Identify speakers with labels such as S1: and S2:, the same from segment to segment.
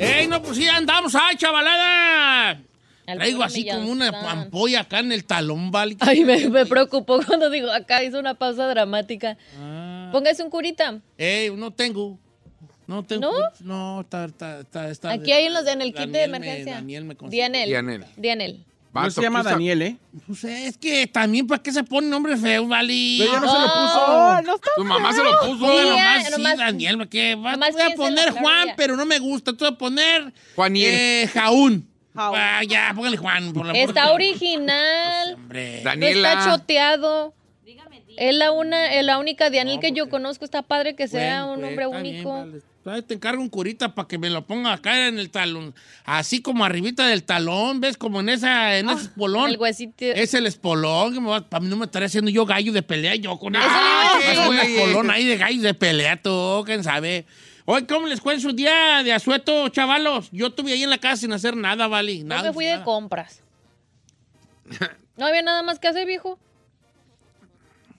S1: ¡Ey, no, pues sí, andamos! ¡Ay, chavalada!
S2: Al
S1: Traigo
S2: puro
S1: así como una
S2: millonzón.
S1: ampolla acá en el talón, ¿vale?
S2: Ay, me, me preocupó cuando digo, acá hizo una pausa dramática.
S1: Ah.
S2: Póngase un curita.
S1: ¡Ey, no tengo! No tengo.
S2: ¿No?
S1: No, está, está, está, está-
S2: Aquí hay en los en el kit de
S1: Daniel me-
S2: emergencia.
S1: Daniel me consiguió.
S2: Dianel.
S3: Dianel.
S2: Dianel.
S3: Vato,
S4: no se llama
S3: ¿quién sa-
S4: Daniel, ¿eh?
S1: Pues es que también, ¿para qué se pone nombre feo, vale?
S4: Pero ya no se lo puso.
S2: Oh,
S4: no está.
S3: Tu mamá se lo puso.
S1: Ponga
S2: Sí,
S1: nomás,
S2: ya,
S1: sí,
S2: nomás-
S1: Daniel, que va-
S2: nomás
S1: voy a
S2: piensa en la
S1: poner
S2: palabra
S1: Juan,
S2: ya.
S1: pero no me gusta. Te voy a poner
S3: Juaniel.
S1: eh, Jaún.
S4: Jaún.
S1: Ah, ya, póngale Juan, por la
S2: Está original.
S1: Hombre.
S2: No está
S3: Daniela.
S2: choteado. Es la, una, es la única Dianel que yo conozco. Está padre que sea
S1: Bueno,
S2: un
S1: pues,
S2: hombre
S1: está bien,
S2: único.
S1: vale. Ahí te encargo un curita para que me lo ponga acá en el talón. Así como arribita del talón, ¿ves? Como en esa en
S2: Ah,
S1: ese espolón.
S2: El huesito.
S1: Es el espolón. que me va- Para mí no me estaré haciendo yo gallo de pelea. Yo con Ah,
S2: Eso iba a
S1: es
S2: decir.
S1: un espolón ahí de gallos de pelea, tú, quién sabe. Hoy, ¿cómo les fue en su día de asueto, chavalos? Yo estuve ahí en la casa sin hacer nada, Vali.
S2: No
S1: Nada.
S2: me fui
S1: nada.
S2: de compras. No había nada más que hacer, viejo.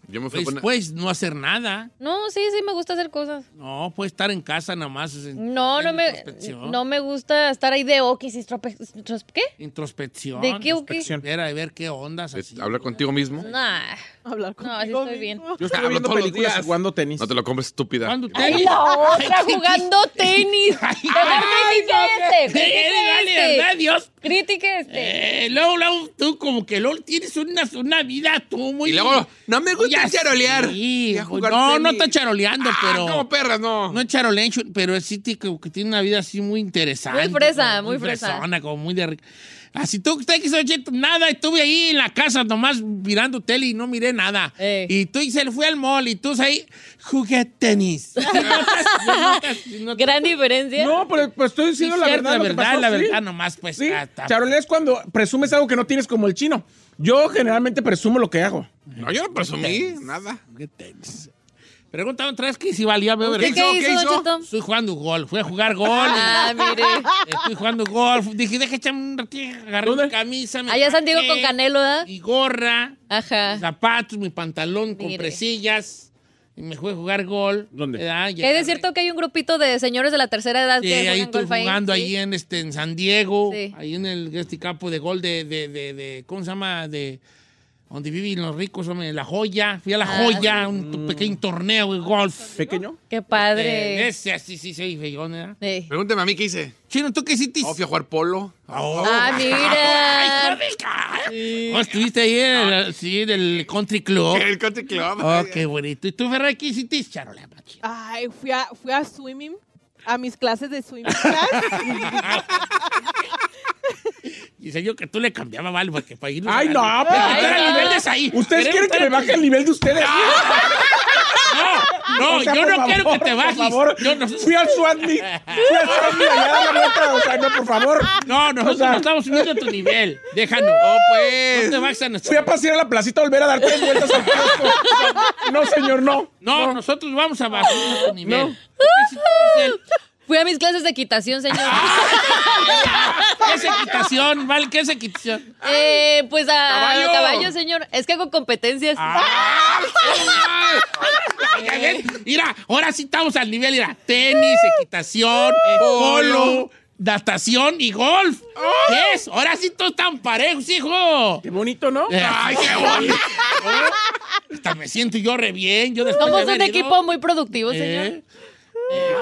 S3: Yo me fui a
S1: Pues,
S3: poner-
S1: pues, no hacer nada.
S2: No, sí, sí, me gusta hacer cosas.
S1: No, puede estar en casa nada más. es-
S2: No, no
S1: en
S2: me,
S1: introspección.
S2: no me gusta estar ahí de oquis y estrope- estros- ¿Qué?
S1: Introspección.
S2: ¿De qué o qué?
S4: inspección.
S1: Era de ver qué ondas.
S3: Eh,
S1: Así.
S3: Habla contigo mismo.
S2: Nah.
S5: Hablar
S2: No, así
S5: contigo
S2: estoy bien.
S5: mismo.
S3: Hablo
S4: Yo estuve viendo
S3: todos los
S4: películas
S3: días.
S4: y jugando tenis.
S3: No te lo compres, estúpida.
S1: ¿Cuándo
S2: ¡Ay,
S1: tenis?
S2: la otra
S1: Ay, qué-
S2: jugando tenis! Mejor critique este,
S1: Eh, vale,
S2: critique
S1: ¿verdad,
S2: este.
S1: Dios?
S2: Critique este.
S1: Eh, luego, luego, tú como que luego tienes una, una vida tú muy...
S3: Y luego, no me gusta
S1: muy
S3: charolear.
S1: así,
S3: Y a
S1: pues,
S3: jugar
S1: no, no
S3: tenis.
S1: está charoleando,
S3: Ah,
S1: pero...
S3: como perras, no.
S1: No es charolation, pero sí ti- como que tiene una vida así muy interesante.
S2: Muy fresa,
S1: como
S2: muy fresa.
S1: fresona, como muy de... rica. Así tú, usted quiso decir nada, estuve ahí en la casa nomás mirando tele y no miré nada.
S2: Ey.
S1: Y tú y se le fue al mall y tú ahí jugué tenis. ¿Sí notas? ¿Sí notas? ¿Sí notas?
S2: Gran diferencia.
S4: No, pero, pero estoy
S1: Sí,
S4: diciendo la
S1: cierto, la
S4: verdad. lo que
S1: verdad,
S4: pasó,
S1: la
S4: sí.
S1: verdad, nomás pues.
S4: Sí,
S1: ah, está-
S4: charolea es cuando presumes algo que no tienes como el chino. Yo generalmente presumo lo que hago.
S3: No, yo no presumí, nada.
S1: ¿Qué tenis? Preguntaron tres que si valía me
S2: ¿Usted
S1: vergüenza.
S2: qué
S3: hizo? ¿Qué
S2: hizo,
S3: hizo?
S2: Don Cheto?
S1: Estoy jugando golf, fui a jugar golf.
S2: Ah, mire.
S1: Estoy jugando golf. Dije, deja echarme un ratito. Agarré mi camisa. me
S2: Allá en San Diego
S1: bajé,
S2: con Canelo, ¿verdad?
S1: Mi gorra, mis
S2: Ajá.
S1: zapatos, mi pantalón con
S2: Mire.
S1: presillas. Y me fue a jugar golf. Ah,
S4: ¿Dónde?
S2: Que es de cierto que hay un grupito de señores de la tercera edad que
S1: ahí
S2: juegan
S1: estoy
S2: golf ahí.
S1: jugando ahí,
S2: Sí.
S1: en, este, en San Diego,
S2: Sí.
S1: ahí en el este campo de gol de, de, de, de- ¿cómo se llama? De donde viven los ricos, hombre, La Joya. Fui a La
S2: Ah,
S1: Joya, un t- pequeño torneo de golf.
S4: Pequeño.
S2: Qué
S1: Eh,
S2: padre.
S1: ese así sí se ¿verdad?
S2: Sí.
S3: Pregúnteme a mí qué hice.
S1: Chino, ¿tú qué hiciste?
S3: No, fui a jugar polo.
S1: Oh,
S2: Ah,
S1: ajá.
S2: mira.
S1: Ay, hijo de ca- Oh, estuviste ahí en el, sí, en el country club.
S3: El country club.
S1: Oh, qué bonito. ¿Y tú, Ferrari, qué hiciste? Charola, machi.
S5: Ay, fui a, fui a swimming, a mis clases de swimming class.
S1: Dice yo que tú le cambiabas algo porque para irnos
S4: Ay, no,
S1: agarrando.
S4: pero-
S1: Pero el nivel de ahí.
S4: Ustedes
S1: Queremos
S4: quieren que me
S1: estar-
S4: baje el nivel de ustedes.
S1: No, no,
S4: O sea,
S1: yo
S4: por
S1: no
S4: favor,
S1: quiero que te
S4: por
S1: bajes.
S4: favor.
S1: Yo no,
S4: Fui al SWAT meet. Fui al SWAT meet allá a la vuelta. O sea, no, por favor.
S1: no, nosotros
S4: O sea-
S1: no estamos subiendo tu nivel. Déjanos.
S3: No,
S1: No te
S3: pues.
S1: bajes a
S4: Fui a
S1: nosotros.
S4: pasear a la placita a volver a dar tres vueltas al puesto. No, señor, no.
S1: No, nosotros vamos a bajar tu nivel. ¿Tú qué hiciste, Giselle?
S2: Fui a mis clases de equitación, señor.
S1: ¿Qué es equitación? ¿Vale? ¿Qué es equitación?
S2: Eh, pues a
S3: Caballo.
S2: caballo. señor. Es que hago competencias.
S1: Ah, Ya ven, Eh, Mira, ahora sí estamos al nivel. Mira, tenis, equitación,
S4: Eh,
S1: polo, natación y golf.
S4: Oh.
S1: ¿Qué es? Ahora sí todos están parejos, hijo.
S4: Qué bonito, ¿no?
S1: Eh,
S3: Ay, qué bonito.
S1: Hasta me siento yo re bien. Yo después
S2: Somos
S1: de
S2: un
S1: haber ido-
S2: equipo muy productivo,
S1: ¿Eh?
S2: señor.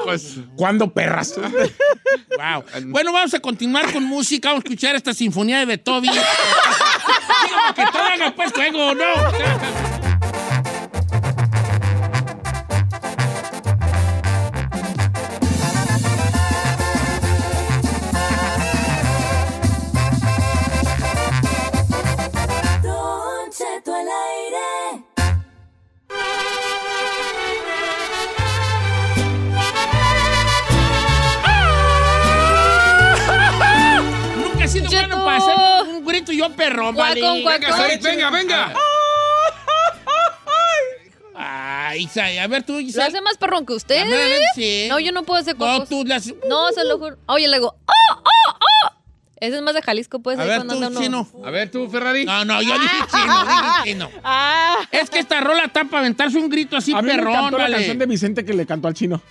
S3: Pues,
S4: ¿Cuándo perras?
S1: Wow. Bueno, vamos a continuar con música. Vamos a escuchar esta sinfonía de Beethoven. Dígame que todo haga pues juego, ¿no? O sea, ¡Ah! Nunca he sido
S2: Yo
S1: bueno
S2: no.
S1: para hacer un grito yo perro, vale.
S2: Guacón,
S3: venga,
S2: guacón.
S3: Said, venga, venga.
S1: Ay, Isai, a ver tú,
S2: Ah, Lo
S1: Isai.
S2: hace más perrón que
S1: A ver,
S2: usted.
S1: sí.
S2: No, yo no puedo hacer
S1: No,
S2: cocos.
S1: tú le haces...
S2: No, se lo juro. Oye, le digo, ¡oh, oh, oh! Ese es más de Jalisco, pues.
S1: A
S2: ahí
S1: ver
S2: cuando
S1: tú,
S2: anda uno-
S1: chino.
S3: A ver tú, Ferrari.
S1: No, no, yo
S2: Ah.
S1: dije chino, dije chino.
S5: Ah,
S1: Es que esta rola está para aventarse un grito así
S4: A mí me
S1: perrón,
S4: encantó la
S1: vale.
S4: canción de Vicente que le cantó al chino.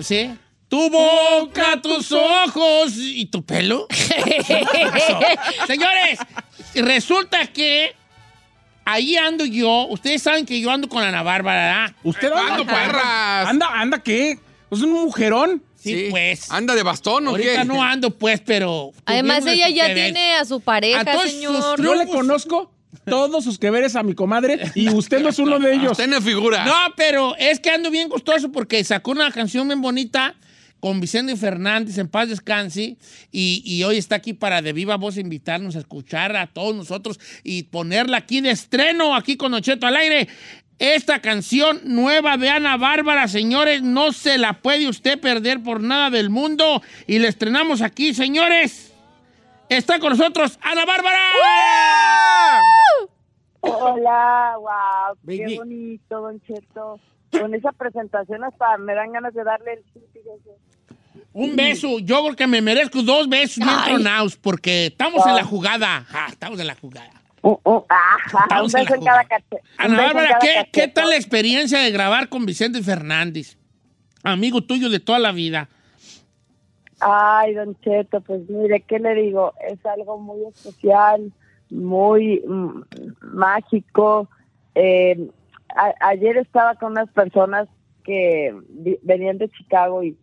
S1: ¿Sí? Tu boca, tus ojos y tu pelo. ¿Qué pasó? Señores, resulta que ahí ando yo. Ustedes saben que yo ando con Ana Bárbara, ¿verdad?
S4: ¿Usted
S3: ¿Cuándo,
S4: anda?
S3: perras?
S4: Anda, anda, ¿qué? ¿Es un mujerón?
S1: Ah, Sí, pues.
S3: ¿Anda de bastón o
S1: Ahorita
S3: qué?
S1: no ando, pues, pero.
S2: Además,
S1: tuvimos
S2: ella ya
S1: que ver.
S2: tiene a su
S1: A
S2: pareja,
S1: todos sus
S2: señor.
S4: Yo le
S1: Triunfos.
S4: conozco todos sus que veres a mi comadre y usted no es uno de ellos.
S3: Usted no figura.
S1: No, pero es que ando bien gustoso porque sacó una canción bien bonita con Vicente Fernández, en paz descanse, y, y hoy está aquí para de viva voz invitarnos a escuchar a todos nosotros y ponerla aquí de estreno, aquí con Ocheto al aire. Esta canción nueva de Ana Bárbara, señores, no se la puede usted perder por nada del mundo. Y la estrenamos aquí, señores. Está con nosotros Ana Bárbara.
S6: Hola, wow,
S1: Baby.
S6: qué bonito, Don Cheto. Con esa presentación hasta me dan ganas de darle el chute.
S1: Un beso. Yo creo que me merezco dos besos bien tronados porque estamos en la jugada. Ja, estamos en la jugada.
S6: Uh, uh, ah, ah, un
S1: Estamos en
S6: beso
S1: la
S6: en cada
S1: jugada.
S6: cachete.
S1: Ana Bárbara, ¿qué, qué tal la experiencia de grabar con Vicente Fernández? Amigo tuyo de toda la vida.
S6: Ay, Don Cheto, pues mire, ¿qué le digo? Es algo muy especial, muy mm, mágico. Eh, a- ayer estaba con unas personas que vi- venían de Chicago y,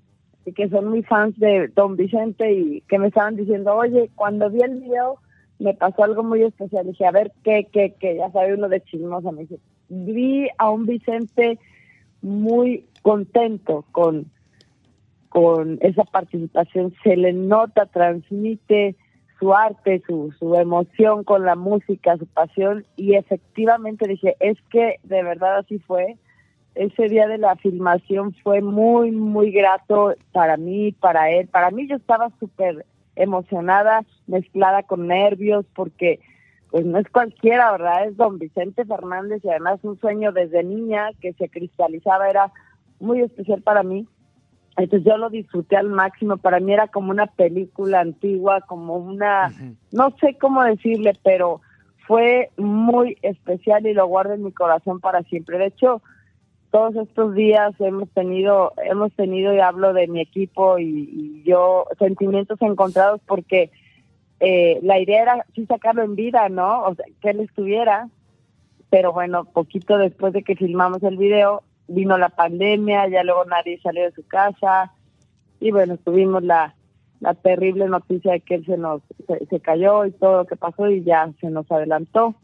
S6: y que son muy fans de Don Vicente y que me estaban diciendo, oye, cuando vi el video me pasó algo muy especial. Dije, a ver, ¿qué, qué, qué? Ya sabe uno de chismosa. Me dice, vi a un Vicente muy contento con con esa participación se le nota, transmite su arte, su, su emoción con la música, su pasión y efectivamente dije, es que de verdad así fue. Ese día de la filmación fue muy, muy grato para mí, para él. Para mí yo estaba súper emocionada, mezclada con nervios, porque pues no es cualquiera, ¿verdad? Es don Vicente Fernández y además un sueño desde niña que se cristalizaba, era muy especial para mí. Entonces yo lo disfruté al máximo. Para mí era como una película antigua, como una, no sé cómo decirle, pero fue muy especial y lo guardo en mi corazón para siempre. De hecho, todos estos días hemos tenido, hemos tenido y hablo de mi equipo y, y yo sentimientos encontrados porque eh, la idea era sí sacarlo en vida, ¿no? O sea, que él estuviera, pero bueno, poquito después de que filmamos el video, vino la pandemia, ya luego nadie salió de su casa y bueno, tuvimos la, la terrible noticia de que él se nos se, se cayó y todo lo que pasó y ya se nos adelantó.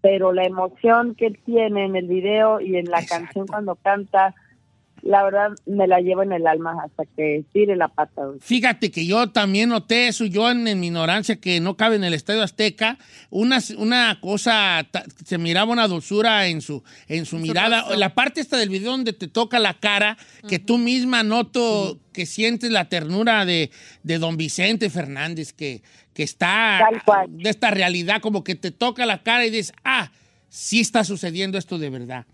S6: Pero la emoción que él tiene en el video y en la canción cuando canta, la verdad me la llevo en el alma hasta que tire la pata. güey.
S1: Fíjate que yo también noté eso, yo en, en mi ignorancia que no cabe en el Estadio Azteca, una, una cosa, ta- se miraba una dulzura en su, en su mirada. La parte esta del video donde te toca la cara, que tú misma noto que sientes la ternura de, de don Vicente Fernández, que, que está
S6: Tal cual.
S1: de esta realidad, como que te toca la cara y dices, ah, sí está sucediendo esto de verdad.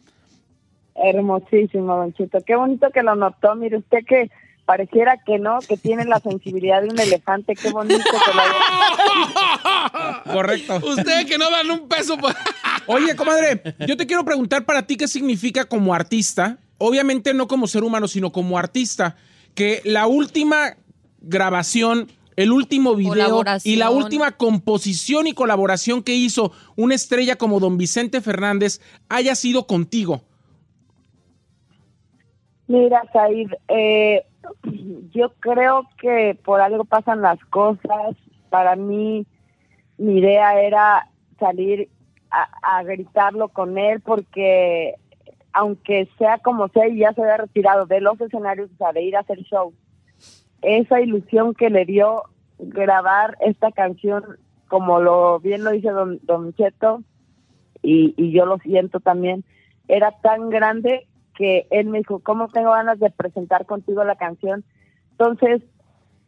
S6: Hermosísimo, Don Chito. Qué bonito que lo notó. Mire usted que pareciera que no, que tiene la sensibilidad de un elefante. Qué bonito que lo haya-
S4: Correcto.
S3: Usted que no dan un peso por...
S4: Oye, comadre, yo te quiero preguntar para ti qué significa como artista, obviamente no como ser humano, sino como artista, que la última grabación, el último video y la
S2: Colaboración.
S4: última composición y colaboración que hizo una estrella como don Vicente Fernández haya sido contigo.
S6: Mira, Said, eh, yo creo que por algo pasan las cosas. Para mí, mi idea era salir a, a gritarlo con él porque aunque sea como sea y ya se había retirado de los escenarios, o sea, de ir a hacer show, esa ilusión que le dio grabar esta canción, como lo bien lo dice Don, don Cheto, y, y yo lo siento también, era tan grande que él me dijo, ¿cómo tengo ganas de presentar contigo la canción? Entonces,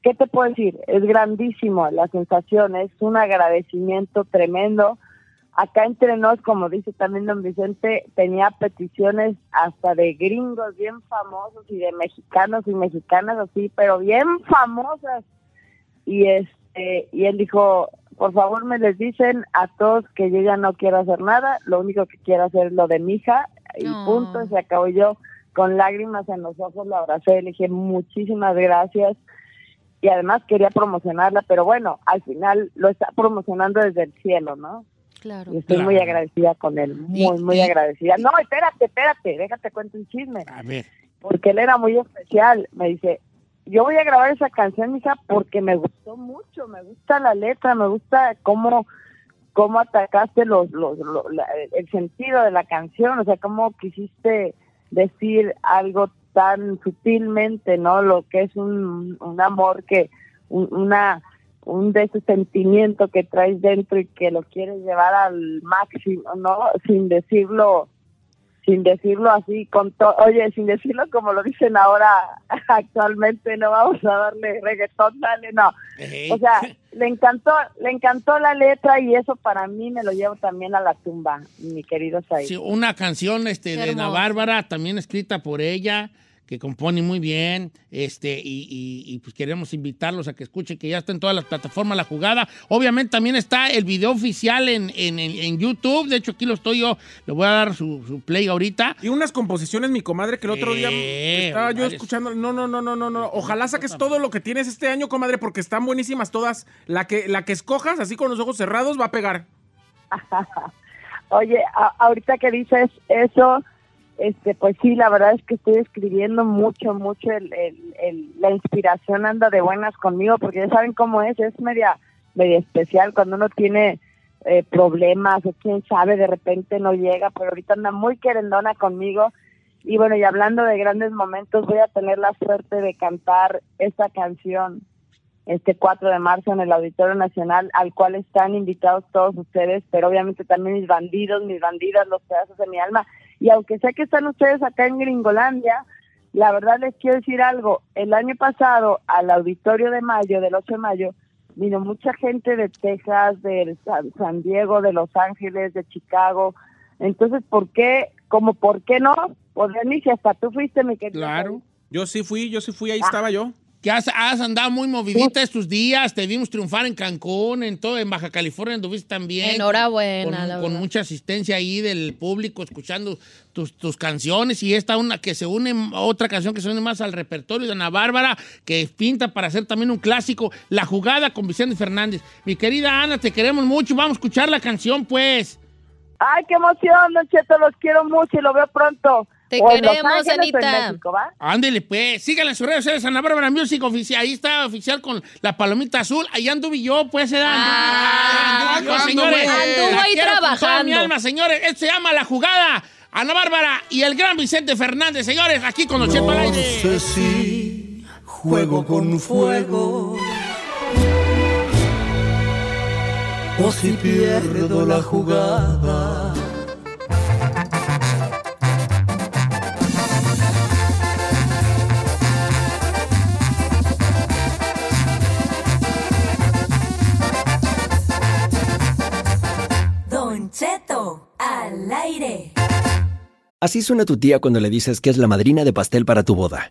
S6: ¿qué te puedo decir? Es grandísimo la sensación, es un agradecimiento tremendo. Acá entre nos, como dice también don Vicente, tenía peticiones hasta de gringos bien famosos y de mexicanos y mexicanas así, pero bien famosas. Y este y él dijo, por favor me les dicen a todos que yo ya no quiero hacer nada, lo único que quiero hacer es lo de mi hija y
S2: No.
S6: punto, se acabó yo con lágrimas en los ojos, la abracé, le dije muchísimas gracias y además quería promocionarla, pero bueno, al final lo está promocionando desde el cielo, ¿no?
S2: Claro.
S6: Y estoy
S1: Claro.
S6: muy agradecida con él, muy,
S1: Y-
S6: muy
S1: y-
S6: agradecida. No, espérate, espérate, déjate cuento un chisme,
S1: A ver.
S6: porque él era muy especial. Me dice, yo voy a grabar esa canción, hija, porque me gustó mucho, me gusta la letra, me gusta cómo, cómo atacaste los, los, lo- la- el sentido de la canción, o sea, cómo quisiste decir algo tan sutilmente, ¿no? Lo que es un, un amor que, un- una un de ese sentimiento que traes dentro y que lo quieres llevar al máximo, ¿no? Sin decirlo, sin decirlo así, con to- oye, sin decirlo como lo dicen ahora actualmente, no vamos a darle reggaetón, dale, no.
S1: Ey.
S6: O sea, le encantó, le encantó la letra y eso para mí me lo llevo también a la tumba, mi querido Said.
S1: Sí, una canción este, de Ana
S2: hermoso.
S1: Bárbara, también escrita por ella, que compone muy bien. Este, y, y- y, pues queremos invitarlos a que escuchen que ya está en todas las plataformas la jugada. Obviamente también está el video oficial en, en- en- en YouTube. De hecho, aquí lo estoy yo. Le voy a dar su, su play ahorita.
S4: Y unas composiciones, mi comadre, que el otro día
S1: Eh,
S4: estaba yo
S1: varias.
S4: escuchando. No, no, no, no, no, no. Ojalá saques todo lo que tienes este año, comadre, porque están buenísimas todas. La que, la que escojas, así con los ojos cerrados, va a pegar.
S6: Oye, a- ahorita que dices eso, este, pues sí, la verdad es que estoy escribiendo mucho, mucho. El, el- el- la inspiración anda de buenas conmigo, porque ya saben cómo es, es media, media especial cuando uno tiene eh, problemas o quién sabe, de repente no llega, pero ahorita anda muy querendona conmigo. Y bueno, y hablando de grandes momentos, voy a tener la suerte de cantar esta canción este 4 de marzo en el Auditorio Nacional, al cual están invitados todos ustedes, pero obviamente también mis bandidos, mis bandidas, los pedazos de mi alma. Y aunque sé que están ustedes acá en Gringolandia, la verdad les quiero decir algo. El año pasado, al Auditorio de Mayo, del 8 de mayo, vino mucha gente de Texas, de San, San Diego, de Los Ángeles, de Chicago. Entonces, ¿por qué? Como, ¿por qué no? Pues, Remy, si hasta tú fuiste, mi querido.
S1: Claro.
S4: Yo sí fui, yo sí fui, ahí estaba yo.
S1: Que has, has andado muy movidita estos días. Te vimos triunfar en Cancún, en todo, en Baja California, anduviste también.
S2: Enhorabuena,
S1: con,
S2: la
S1: con
S2: verdad.
S1: mucha asistencia ahí del público escuchando tus, tus canciones y esta una que se une, otra canción que se une más al repertorio de Ana Bárbara, que pinta para hacer también un clásico, La Jugada con Vicente Fernández. Mi querida Ana, te queremos mucho, vamos a escuchar la canción pues.
S6: Ay, qué emoción, Don Cheto, los quiero mucho y lo veo pronto.
S2: Te
S6: O en Los
S2: queremos,
S6: Ángeles o en
S2: Anita.
S6: México, ¿va?
S1: Ándele pues, síganla en sus redes sociales, Ana Bárbara Music Oficial, ahí está oficial con la palomita azul, ahí anduve yo pues, era
S2: Ah,
S1: anduve yo,
S3: anduvo,
S1: señores.
S2: anduvo
S1: La
S2: ahí
S1: quiero con toda mi
S2: trabajando.
S1: alma, señores, esto se llama La Jugada. Ana Bárbara y el gran Vicente Fernández, señores, aquí con los Cheto al aire.
S7: si juego con fuego o si pierdo la jugada.
S8: Don Cheto, al aire.
S7: Así suena tu tía cuando le dices que es la madrina de pastel para tu boda.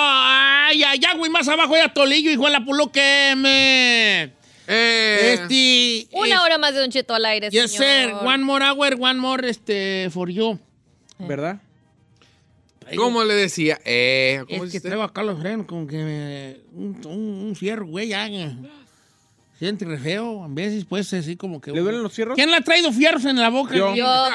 S1: ay, ay, güey! Más abajo hay atolillo, hijo de la pulo que me...
S3: Eh,
S1: Este...
S2: Una hora más de Don Cheto al aire,
S1: Yes, sir.
S2: señor.
S1: One more hour, one more este, for you.
S4: ¿Verdad?
S3: ¿Cómo le decía? Eh, ¿cómo
S1: es
S3: dice
S1: que
S3: usted?
S1: traigo acá los frenos como que me- un, un- un fierro, güey, ya. Siente re feo, a veces pues así como que...
S4: ¿Le duelen los fierros?
S1: ¿Quién le ha traído fierros en la boca?
S4: Yo.
S2: Yo.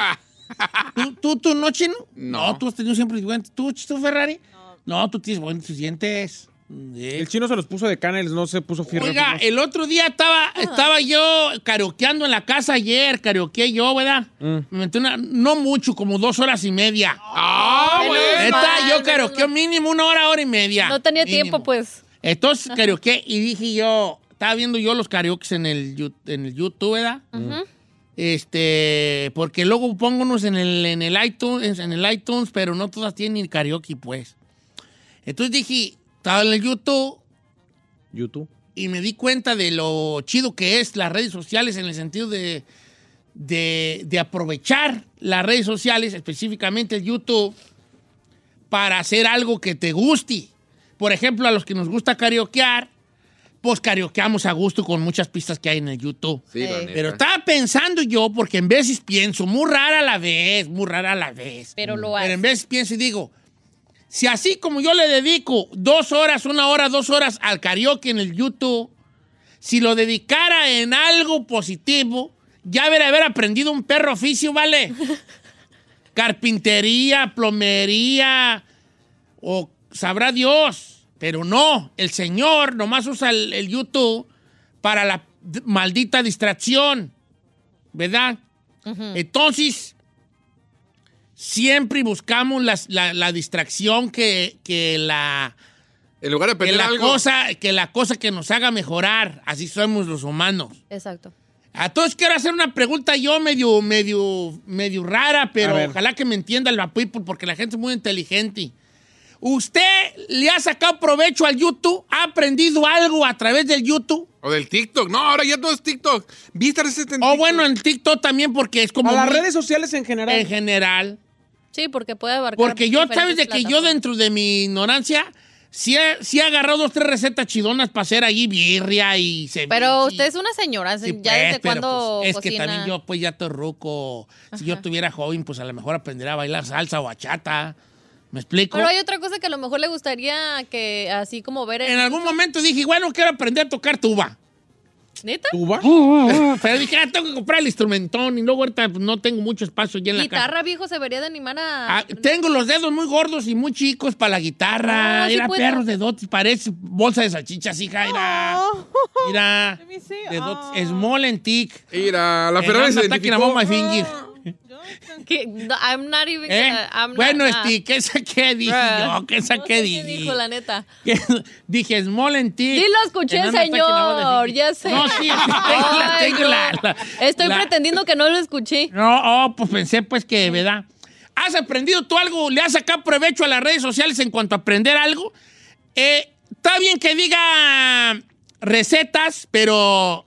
S1: ¿Tú, tú, tú no, chino?
S3: No.
S1: tú has tenido siempre dientes. ¿Tú, tú Ferrari? No. tú tienes buenos tus dientes. Sí.
S4: El chino se los puso de canales, no se puso fierro.
S1: Oiga, eh,
S4: No.
S1: el otro día estaba, estaba yo karaokeando en la casa ayer, karaokeé yo, ¿verdad? Me metí una, no mucho, como dos horas y media.
S3: ¡Ah,
S2: Menos
S3: güey!
S1: Neta,
S2: mal,
S1: yo
S2: menos
S1: karaokeo mínimo una hora, hora y media.
S2: No tenía
S1: Ah, Mínimo.
S2: tiempo, pues.
S1: Entonces karaoke y dije yo, estaba viendo yo los karaokes en el, Yu- en el YouTube, ¿verdad? Este, porque luego pongo unos en el, en el iTunes, en el iTunes, pero no todas tienen karaoke, pues. Entonces dije, estaba en el YouTube
S4: YouTube.
S1: y me di cuenta de lo chido que es las redes sociales en el sentido de, de, de aprovechar las redes sociales, específicamente el YouTube, para hacer algo que te guste. Por ejemplo, a los que nos gusta karaokear, pues karaokeamos a gusto con muchas pistas que hay en el YouTube.
S3: Sí, la neta.
S1: Eh. Pero estaba pensando yo, porque en veces pienso, muy rara a la vez, muy rara a la vez. Mm.
S2: Pero lo
S1: Pero
S2: hace.
S1: en veces pienso y digo, si así como yo le dedico dos horas, una hora, dos horas al karaoke en el YouTube, si lo dedicara en algo positivo, ya debería haber aprendido un perro oficio, ¿vale? Carpintería, plomería, o sabrá Dios. Pero no, el Señor nomás usa el, el YouTube para la d- maldita distracción, ¿verdad? Entonces, siempre buscamos las- la, la distracción que, que la,
S3: En lugar de
S1: que
S3: pedir
S1: la
S3: algo.
S1: cosa, que la cosa que nos haga mejorar. Así somos los humanos.
S2: Exacto.
S1: A todos quiero hacer una pregunta yo medio, medio, medio rara,
S4: A
S1: pero
S4: ver.
S1: ojalá que me entienda el people porque la gente es muy inteligente. ¿Usted le ha sacado provecho al YouTube? ¿Ha aprendido algo a través del YouTube?
S3: O del TikTok. No, ahora ya todo es TikTok. ¿Viste recetas en
S1: O
S3: TikTok?
S1: Oh, bueno, en TikTok también porque es como
S4: A las
S1: muy-
S4: redes sociales en general.
S1: en general.
S2: Sí, porque puede abarcar.
S1: Porque yo,
S2: diferentes
S1: sabes de que yo
S2: plataformas.
S1: dentro de mi ignorancia, sí he, sí he agarrado dos, tres recetas chidonas para hacer ahí birria y ceviche.
S2: Pero usted es una señora,
S1: Sí,
S2: ya
S1: pues,
S2: desde
S1: pero,
S2: cuándo
S1: pues, es que
S2: cocina?
S1: también yo, pues ya estoy ruco. Si yo estuviera joven, pues a lo mejor aprendería a bailar salsa o bachata. ¿Me explico?
S2: Pero hay otra cosa que a lo mejor le gustaría que así como ver
S1: En algún momento dije, bueno, quiero aprender a tocar tuba.
S2: ¿Neta?
S4: ¿Tuba?
S1: Pero dije, ah, tengo que comprar el instrumentón y luego ahorita pues, no tengo mucho espacio ya en la casa.
S2: Guitarra, viejo, se debería de animar a...
S1: Ah, tengo los dedos muy gordos y muy chicos para la guitarra.
S2: Ah, sí
S1: Era
S2: puedo.
S1: perros de dotes, parece bolsa de salchichas, hija. Era,
S2: Oh.
S1: era
S5: Let me see.
S1: de dotes.
S5: Ah.
S1: Small and thick.
S3: Mira, la Ferrari se
S1: Ataque
S3: identificó.
S1: my finger.
S2: Ah, Que- no, I'm not even...
S1: ¿Eh?
S2: gonna- I'm not-
S1: bueno,
S2: ah,
S1: Steve, ¿qué saqué? Dije
S2: Bruh.
S1: yo, ¿qué
S2: no
S1: saqué?
S2: sé
S1: dije?
S2: ¿Qué dijo, la neta?
S1: dije, small en ti.
S2: Sí lo escuché,
S1: Fernanda está aquí, la voz de
S2: señor,
S1: Fifi.
S2: ya sé.
S1: No, sí, tengo la-
S2: Ay,
S1: tengo
S2: no.
S1: la- la-
S2: Estoy
S1: la-
S2: pretendiendo que no lo escuché.
S1: No, oh, pues pensé pues que, ¿verdad? ¿Has aprendido tú algo? ¿Le has sacado provecho a las redes sociales en cuanto a aprender algo? Eh, está bien que diga recetas, pero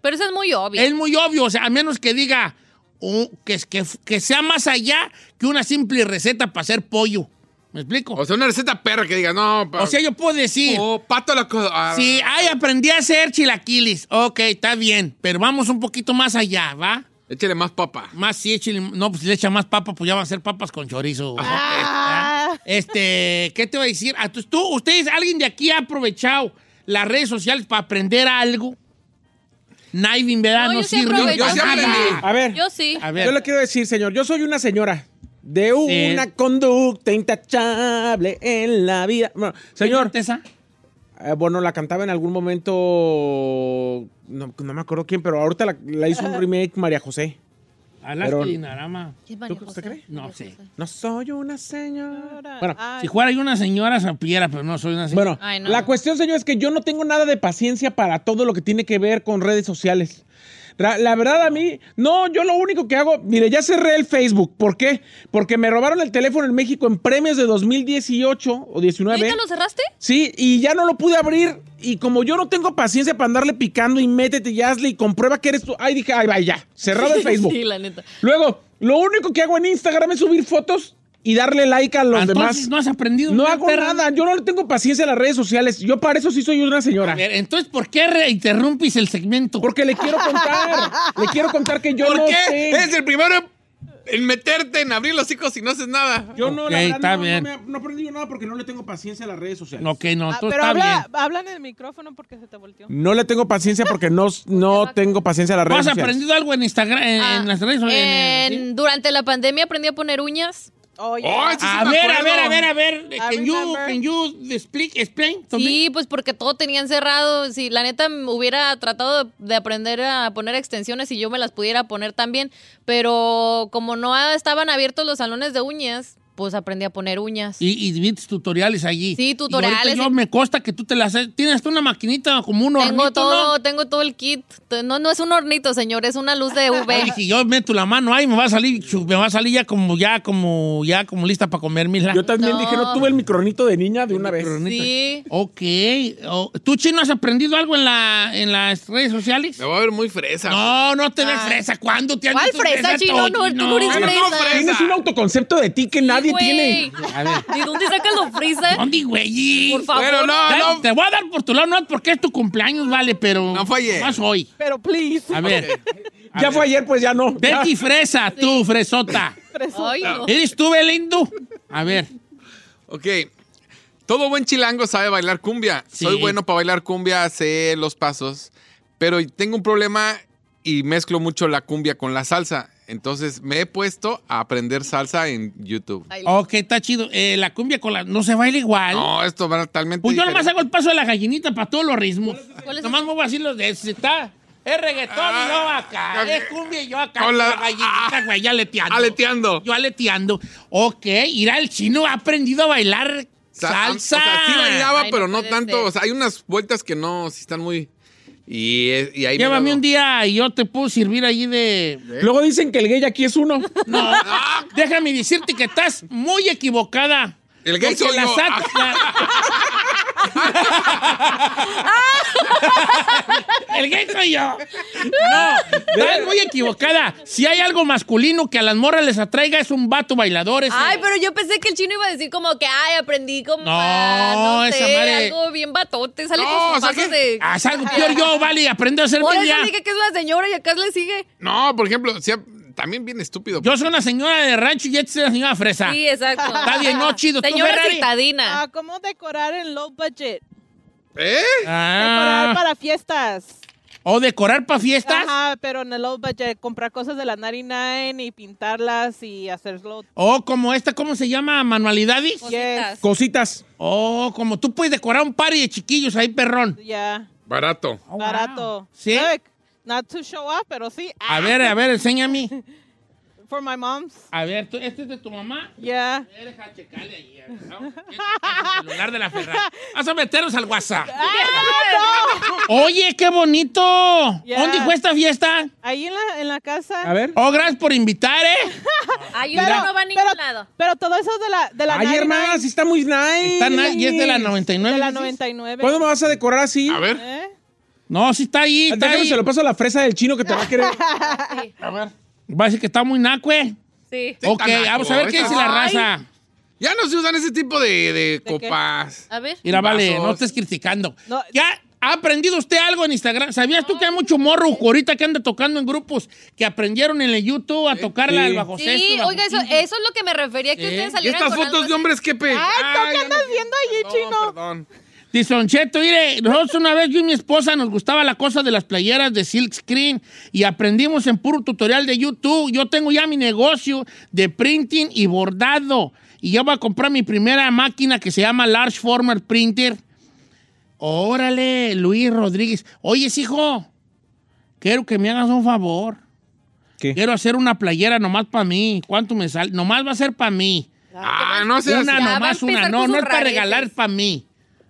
S2: Pero eso es muy obvio.
S1: es muy obvio, o sea, a menos que diga oh, que, que, que sea más allá que una simple receta para hacer pollo. ¿Me explico?
S3: O sea, una receta perra que diga, no, pa-
S1: O sea, yo puedo decir...
S3: oh, pato a la cosa. ah,
S1: Sí, ay, aprendí a hacer chilaquiles. Ok, está bien, pero vamos un poquito más allá, ¿va?
S3: Échale más papa.
S1: Más sí, chile- no, pues si le echa más papa, pues ya van a ser papas con chorizo.
S5: Ah,
S1: Este, ¿qué te va a decir? Ah, tú- tú- ustedes, alguien de aquí ha aprovechado las redes sociales para aprender algo. Naivin, ¿verdad? No,
S2: yo sí
S1: sirve.
S2: aprovecho. Yo sí
S1: para
S2: aprendí.
S1: nada.
S4: A ver.
S2: Yo sí.
S1: A ver.
S4: Yo le quiero decir, señor, yo soy una señora de una conducta intachable en la vida. Bueno, señor. Eh, bueno, la cantaba en algún momento. No, no me acuerdo quién, pero ahorita la, la hizo un remake María José.
S1: Alaska
S4: Pero-
S1: y Dinarama.
S2: ¿Qué
S4: José?
S1: No sé.
S4: No soy una señora. Bueno,
S5: Ah,
S1: Si fuera yo una señora, supiera, pero no soy una señora.
S4: Bueno, la cuestión, señor, es que yo no tengo nada de paciencia para todo lo que tiene que ver con redes sociales. Ra- La verdad a mí, no, yo lo único que hago, mire, ya cerré el Facebook. ¿Por qué? Porque me robaron el teléfono en México en premios de 2018 o 19.
S2: ¿Ahorita lo cerraste?
S4: Sí, y ya no lo pude abrir. Y como yo no tengo paciencia para andarle picando y métete y hazle y comprueba que eres tú. Ay, dije, ay, vaya, ya. Cerrado el Facebook.
S2: sí, la neta.
S4: Luego, lo único que hago en Instagram es subir fotos y darle like a los
S1: Ah, Entonces,
S4: demás.
S1: no has aprendido
S4: No
S1: nada,
S4: hago
S1: perra.
S4: nada. Yo no le tengo paciencia a las redes sociales. Yo para eso sí soy una señora.
S1: A ver, entonces, ¿por qué re- interrumpís el segmento?
S4: Porque le quiero contar. le quiero contar que yo
S3: ¿Por
S4: no
S3: qué?
S4: sé.
S3: Eres el primero en- en meterte, en abrir los hijos y no haces nada.
S4: Yo no,
S1: Ok,
S4: la verdad,
S1: está
S4: no, no
S1: bien.
S4: me ha- no he aprendido nada porque no le tengo paciencia a las redes sociales.
S1: Ok, no,
S5: Ah,
S1: tú
S5: pero
S1: está bien. Mm.
S5: habla, habla en el micrófono porque se te volteó.
S4: No le tengo paciencia porque no, no tengo paciencia a las
S1: ¿No
S4: redes
S1: ¿Has
S4: sociales.
S1: aprendido algo en Instagram, en, en eh, las redes sociales?
S2: En- Durante la pandemia aprendí a poner uñas.
S5: Oye.
S1: a ver, a ver, a ver, a ver.
S5: I
S1: Can you,
S5: remember.
S1: can you explic- explain to me?
S2: Sí, pues porque todo tenían cerrado. Si la neta me hubiera tratado de, de aprender a poner extensiones y yo me las pudiera poner también, pero como no estaban abiertos los salones de uñas, pues aprendí a poner uñas.
S1: Y, y viste tutoriales allí.
S2: Sí, tutoriales.
S1: Y ahorita yo me consta que tú te las... Tienes tú una maquinita como un hornito,
S2: Tengo todo,
S1: ¿no?
S2: tengo todo el kit. No, no es un hornito, señor, es una luz de
S1: Ay,
S2: UV.
S1: dije, yo meto la mano ahí, me va a salir, chu- me va a salir ya como, ya como, ya como lista para comer, mira.
S4: Yo también
S2: No.
S4: dije, no tuve el micronito de niña de una vez.
S2: Sí.
S1: Ok. Oh, ¿Tú, Chino, has aprendido algo en, la, en las redes sociales?
S3: Me voy a ver muy fresa.
S1: No, no te ves fresa. ¿Cuándo te has
S2: ¿Cuál
S1: visto
S2: fresa, Chino? No, tú no eres
S1: Ay,
S2: fresa.
S4: Tienes un autoconcepto de ti que nadie
S2: Güey,
S4: tiene.
S1: Ah, A ver.
S2: ¿De dónde sacas los frisa?
S1: ¿Dónde, güey?
S2: Por favor.
S3: Bueno, no,
S1: Dale,
S3: no.
S1: Te voy a dar por tu lado, no es porque es tu cumpleaños, vale, pero.
S3: No fue ayer.
S1: Más hoy.
S5: Pero please.
S1: A ver. a
S4: Ya
S1: ver.
S4: fue ayer, pues ya no. Ya.
S1: Betty Fresa, tú, fresota.
S2: Ay, no.
S1: ¿Eres tú, Belindo? A ver.
S3: Ok. Todo buen chilango sabe bailar cumbia.
S1: Sí.
S3: Soy bueno para bailar cumbia, sé los pasos, pero tengo un problema y mezclo mucho la cumbia con la salsa. Entonces me he puesto a aprender salsa en YouTube.
S2: Ay,
S1: Ok, está chido. Eh, la cumbia con la. No se baila igual.
S3: No, esto va totalmente.
S1: Pues yo nomás
S3: diferente.
S1: hago el paso de la gallinita para todos los ritmos.
S2: ¿Cuál es
S1: Nomás muevo así los de si está. Es reggaetón y yo acá.
S3: Ah,
S1: es cumbia y yo acá.
S3: con la-
S1: la gallinita,
S3: ah,
S1: güey, ya aleteando.
S3: aleteando.
S1: Yo aleteando. Ok, irá el chino, ha aprendido a bailar
S3: O sea,
S1: salsa.
S3: O sea, sí bailaba,
S2: Ay, no
S3: pero no,
S2: puede
S3: tanto.
S2: ser.
S3: O sea, hay unas vueltas que no, sí están muy. Y, es- y ahí me
S1: Llévame
S3: daba-
S1: un día y yo te puedo servir allí de...
S4: Luego dicen que el gay aquí es uno.
S1: No, déjame decirte que estás muy equivocada.
S3: El gay
S1: Porque
S3: soy
S1: la
S3: yo.
S1: sat-
S3: Ah.
S1: la- El gay soy yo. No, estás muy equivocada. Si hay algo masculino que a las morras les atraiga es un vato bailador. ese.
S2: Ay, pero yo pensé que el chino iba a decir como que, ay, aprendí como
S1: No,
S2: a, no
S1: esa
S2: sé,
S1: madre-
S2: algo bien batote, sale
S3: No,
S2: con sus
S3: o sea
S2: pasos
S3: que-
S2: de...
S1: Haz Ah, algo peor yo, vale, aprende a hacer
S2: Por
S1: bien
S2: eso
S1: ya.
S2: dije que es una señora y acá le sigue.
S3: No, por ejemplo, sí, también bien estúpido.
S1: Yo soy una señora de rancho y esta es una señora fresa.
S2: Sí, exacto.
S1: Está bien, no, chido. ¿Tú,
S2: Señora
S1: Ferrari?
S2: citadina.
S5: Ah, ¿Cómo decorar en low budget?
S3: ¿Eh?
S1: Ah,
S5: Decorar para fiestas.
S1: o decorar para fiestas.
S5: Ajá, pero en el low budget, comprar cosas de la 99 y pintarlas y hacerlo.
S1: O como esta, Oh, ¿cómo se llama? Manualidades.
S5: Pues,
S4: Ah,
S5: Yes,
S4: Cositas.
S1: Oh, como tú puedes decorar un party de chiquillos ahí, perrón.
S5: ya,
S3: Barato.
S1: Oh, wow.
S5: barato.
S1: ¿Sí?
S5: Look, not to show up, pero sí. ah,
S1: A ver, a ver, enséñame.
S5: For my mom's.
S1: A ver, tú- este es de tu mamá.
S5: Yeah.
S1: Eh, Deja checarle ahí. a ver, vamos, ¿qué es el celular de la Ferrari. Vas a meternos al WhatsApp.
S5: ¡Ah,
S1: Oye, qué bonito.
S5: Ya.
S1: ¿Dónde fue esta fiesta?
S5: Ahí en la, en la casa.
S4: A ver.
S1: Oh, gracias por invitar, ¿eh?
S2: Ay,
S5: Pero-
S2: uno no va a ningún
S5: pero-
S2: lado.
S5: Pero todo eso es de la, de la
S4: Ay,
S5: 99,
S4: hermana, sí está muy nice.
S1: Está na- y es de la 99.
S5: De la
S1: dices?
S5: 99.
S4: ¿Cuándo me vas a decorar así?
S3: A ver.
S5: ¿Eh?
S1: No, sí está ahí. Está
S4: Ah, Déjame,
S1: ahí.
S4: se lo paso a la fresa del chino que te va a querer.
S1: A ver. Va a decir que está muy nacue.
S2: Sí.
S3: Sí,
S1: ok,
S3: está naco,
S1: vamos a ver qué
S3: está-
S1: dice la
S2: Ay.
S1: raza.
S3: Ya no se usan ese tipo de, de
S5: qué?
S3: copas.
S2: A ver. ¿eh?
S1: Mira, vale,
S3: Vasos.
S1: no estés criticando.
S5: No.
S1: Ya ¿Ha aprendido usted algo en Instagram? ¿Sabías tú que hay mucho morro ahorita que anda tocando en grupos que aprendieron en el YouTube a tocarla al bajo
S2: Sí,
S1: sexto, bajo
S2: oiga, eso,
S1: quinto?
S2: eso es lo que me refería, que
S1: Sí.
S2: ustedes
S3: ¿Y
S2: salieran
S3: estas
S2: con
S3: fotos
S2: algo
S3: de hombres qué pe?
S5: Ay, ¿tú
S3: Ay,
S5: qué andas viendo ahí, chino?
S3: perdón.
S1: Dice Don Cheto, mire, nosotros una vez yo y mi esposa nos gustaba la cosa de las playeras de silk screen y aprendimos en puro tutorial de YouTube. Yo tengo ya mi negocio de printing y bordado y ya voy a comprar mi primera máquina que se llama Large Former Printer. Órale, Luis Rodríguez. Oyes, hijo, quiero que me hagas un favor.
S4: ¿Qué?
S1: Quiero hacer una playera nomás para mí. ¿Cuánto me sale? Nomás va a ser para mí.
S3: Ah, no seas...
S1: Una
S2: Ya va a
S1: nomás, una.
S2: empezar con
S1: No,
S2: sus
S1: no es para
S2: rareces.
S1: regalar, para mí.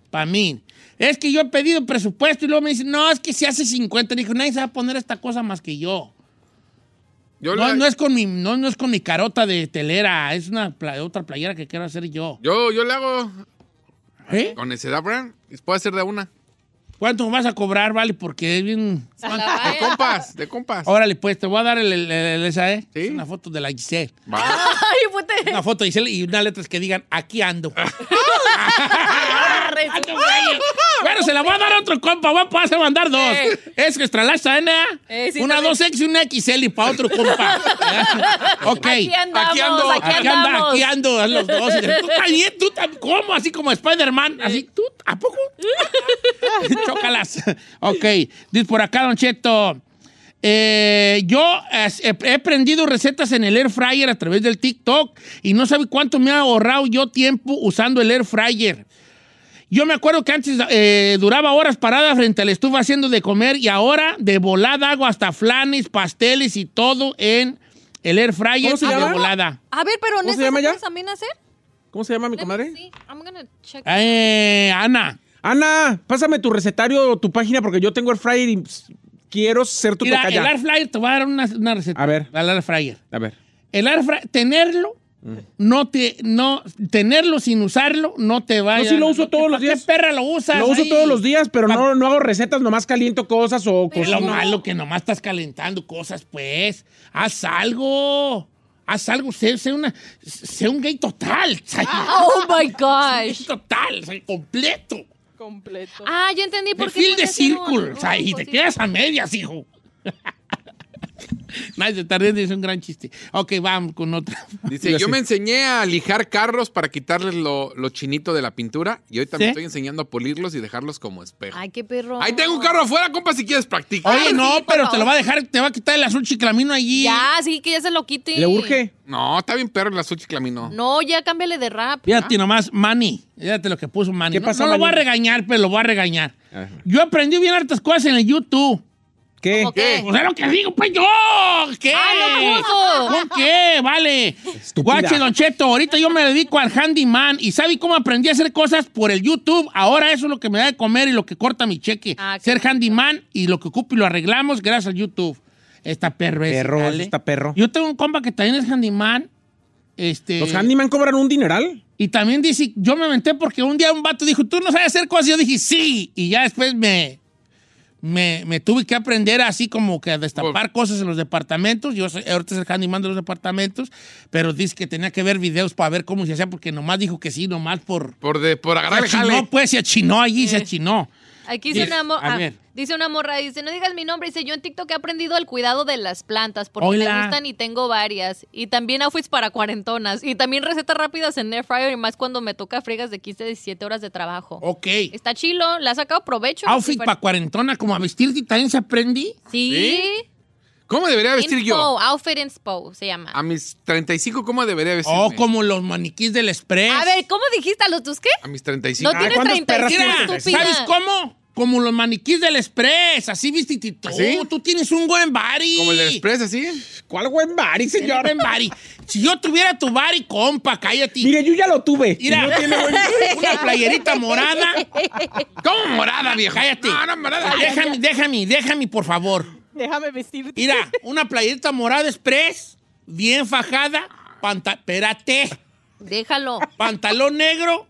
S1: Para mí. Es que yo he pedido presupuesto y luego me dicen, no, es que si hace 50. Dijo, nadie se va a poner esta cosa más que yo.
S3: Yo,
S1: No,
S3: la-
S1: no es, con mi, no, no es con mi carota de telera, es una pla- otra playera que quiero hacer yo.
S3: yo, yo le hago
S1: ¿Eh?
S3: con necedad, Brian. Puedo hacer de una.
S1: ¿Cuánto me vas a cobrar, vale? Porque es bien...
S2: a la
S3: De
S2: valla.
S3: compas, de compas.
S1: Órale, pues, te voy a dar el, el- el- esa, ¿eh?
S3: Sí.
S1: Es una foto de la Giselle.
S3: Va.
S2: Ay, pues, puta.
S1: Una foto de Giselle y unas letras que digan, aquí ando. Ah, no, güey. Bueno, se la voy a dar a otro compa. Voy a pasar a mandar dos. Es que estralaza, Ana.
S2: Eh, sí,
S1: una
S2: también.
S1: 2X y una XL y para otro compa. ok.
S2: Aquí andamos, aquí,
S3: ando,
S1: Aquí anda,
S2: andamos.
S1: aquí ando a los dos. Y de- Tú también, tú también. ¿Cómo? Así como Spider-Man. Así, ¿tú? ¿A poco? Chócalas. ok. Dice por acá, Don Cheto. Eh, yo eh, he he aprendido recetas en el air fryer a través del TikTok y no sabe cuánto me ha ahorrado yo tiempo usando el air fryer. Yo me acuerdo que antes eh, duraba horas parada frente a la estufa haciendo de comer y ahora de volada hago hasta flanes, pasteles y todo en el air fryer
S4: ¿Cómo se
S1: y de
S4: llama?
S1: volada.
S2: A ver, pero
S4: ¿Cómo se
S2: ¿neta
S4: llama ya?
S2: puedes también hacer?
S4: ¿Cómo se llama mi comadre?
S2: Sí, I'm gonna check.
S1: Eh, Ana,
S4: Ana, pásame tu recetario o tu página porque yo tengo el fryer y pss, quiero ser tu
S1: mira,
S4: tocaya.
S1: el air fryer te voy a dar una, una receta.
S4: A ver.
S1: Al air fryer.
S4: A ver.
S1: El air fryer, tenerlo, no te, no, tenerlo sin usarlo, no te va a...
S4: sí lo uso todos los días.
S1: ¿Qué perra lo usas?
S4: Lo uso
S1: ahí?
S4: todos los días, pero no, no hago recetas, nomás caliento cosas o
S1: Es Pues lo
S4: cocino.
S1: malo que nomás estás calentando cosas, pues. Haz algo. Haz algo. Sé, sé una, sé un gay total. Sé
S2: Oh my
S1: un gay
S2: gosh.
S1: total. sé completo.
S5: Completo.
S2: Ah, yo entendí por qué.
S1: Perfil de
S2: puedes hacer un-
S1: círculo. O sea,
S2: un
S1: y te
S2: cosito.
S1: quedas a medias, hijo. Nadie se tarde, es un gran chiste. Ok, vamos con otra.
S3: Dice, yo me enseñé a lijar carros para quitarles lo, lo chinito de la pintura y hoy también
S1: ¿Sí?
S3: estoy enseñando a polirlos y dejarlos como espejo.
S2: Ay, qué perro.
S3: Ahí tengo un carro afuera, compa, si quieres practicar.
S1: Oye, no,
S2: sí, por
S1: pero te lo
S2: favor.
S1: va a dejar, te va a quitar el azul chiclamino allí.
S2: Ya, sí, que ya se lo quite.
S4: Le urge.
S3: No, está bien perro el azul chiclamino.
S2: No, ya cámbiale de rap.
S1: Fíjate nomás, Manny. Fíjate lo que puso Manny.
S4: ¿Qué
S1: no,
S4: pasó,
S1: no lo voy a
S4: Manny?
S1: regañar, pero lo voy a regañar.
S4: Ajá.
S1: Yo aprendí bien hartas cosas en el YouTube.
S4: ¿Qué?
S2: ¿Cómo qué?
S1: Pues es lo que digo, pues yo. ¿Qué?
S2: Ah, no puso.
S1: ¿Con qué? Vale.
S4: Estúpida.
S1: Guache, Don Cheto, ahorita yo me dedico al handyman y ¿sabe cómo aprendí a hacer cosas por el YouTube? Ahora eso es lo que me da de comer y lo que corta mi cheque.
S2: Ah, qué
S1: Ser handyman y lo que ocupo y lo arreglamos gracias al YouTube. Esta perro es,
S4: Perro,
S1: dale.
S4: está perro.
S1: Yo tengo un compa que también es handyman. Este,
S4: ¿Los handyman cobran un dineral?
S1: y también dice, yo me aventé porque un día un vato dijo, tú no sabes hacer cosas. Y yo dije, sí. Y ya después me, me, me tuve que aprender así como que a destapar cosas en los departamentos. Yo soy, ahorita es el handyman de los departamentos, pero dice que tenía que ver videos para ver cómo se hacía porque nomás dijo que sí, nomás por...
S3: Por, de, por
S1: Se
S3: agarrar el
S1: achinó,
S3: jale.
S1: pues, se achinó allí,
S2: Eh.
S1: se achinó.
S2: Aquí dice
S1: Dice,
S2: una, mo-
S1: a
S2: ah,
S1: ver.
S2: dice una morra, dice, no digas mi nombre, dice, yo en TikTok he aprendido el cuidado de las plantas porque
S1: Hola.
S2: me gustan y tengo varias. Y también outfits para cuarentonas. Y también recetas rápidas en air fryer y más cuando me toca fregas de 15 a 17 horas de trabajo.
S1: Ok.
S2: Está chilo, le ha sacado provecho.
S1: Outfit
S2: Sí,
S1: para cuarentona, como a vestirte también se aprendí.
S2: Sí.
S3: ¿Cómo debería vestir yo?
S2: Inspo, outfit inspo se llama.
S3: A mis 35, ¿cómo debería vestir?
S1: O Oh, como los maniquís del Express.
S2: A ver, ¿cómo dijiste a los tus qué?
S3: A mis 35.
S2: No
S3: Ah,
S2: tienes
S4: ¿cuántas perras
S2: 35,
S1: Mira,
S2: estúpida.
S1: ¿sabes cómo? Como los maniquís del Express, así viste tú.
S3: ¿Sí?
S1: Tú tienes un buen body.
S3: Como el del Express, así.
S4: ¿Cuál buen bari,
S1: Tienes un
S4: señor?
S1: buen body. Si yo tuviera tu body, compa, cállate.
S4: Mire, yo ya lo tuve.
S1: Mira, una playerita morada.
S3: ¿Cómo morada, viejo?
S1: Cállate.
S3: No, no, morada.
S1: Déjame, déjame, déjame, por favor.
S5: Déjame vestirte.
S1: Mira, una playerita morada Express, bien fajada, panta espérate,
S2: Déjalo.
S1: pantalón negro,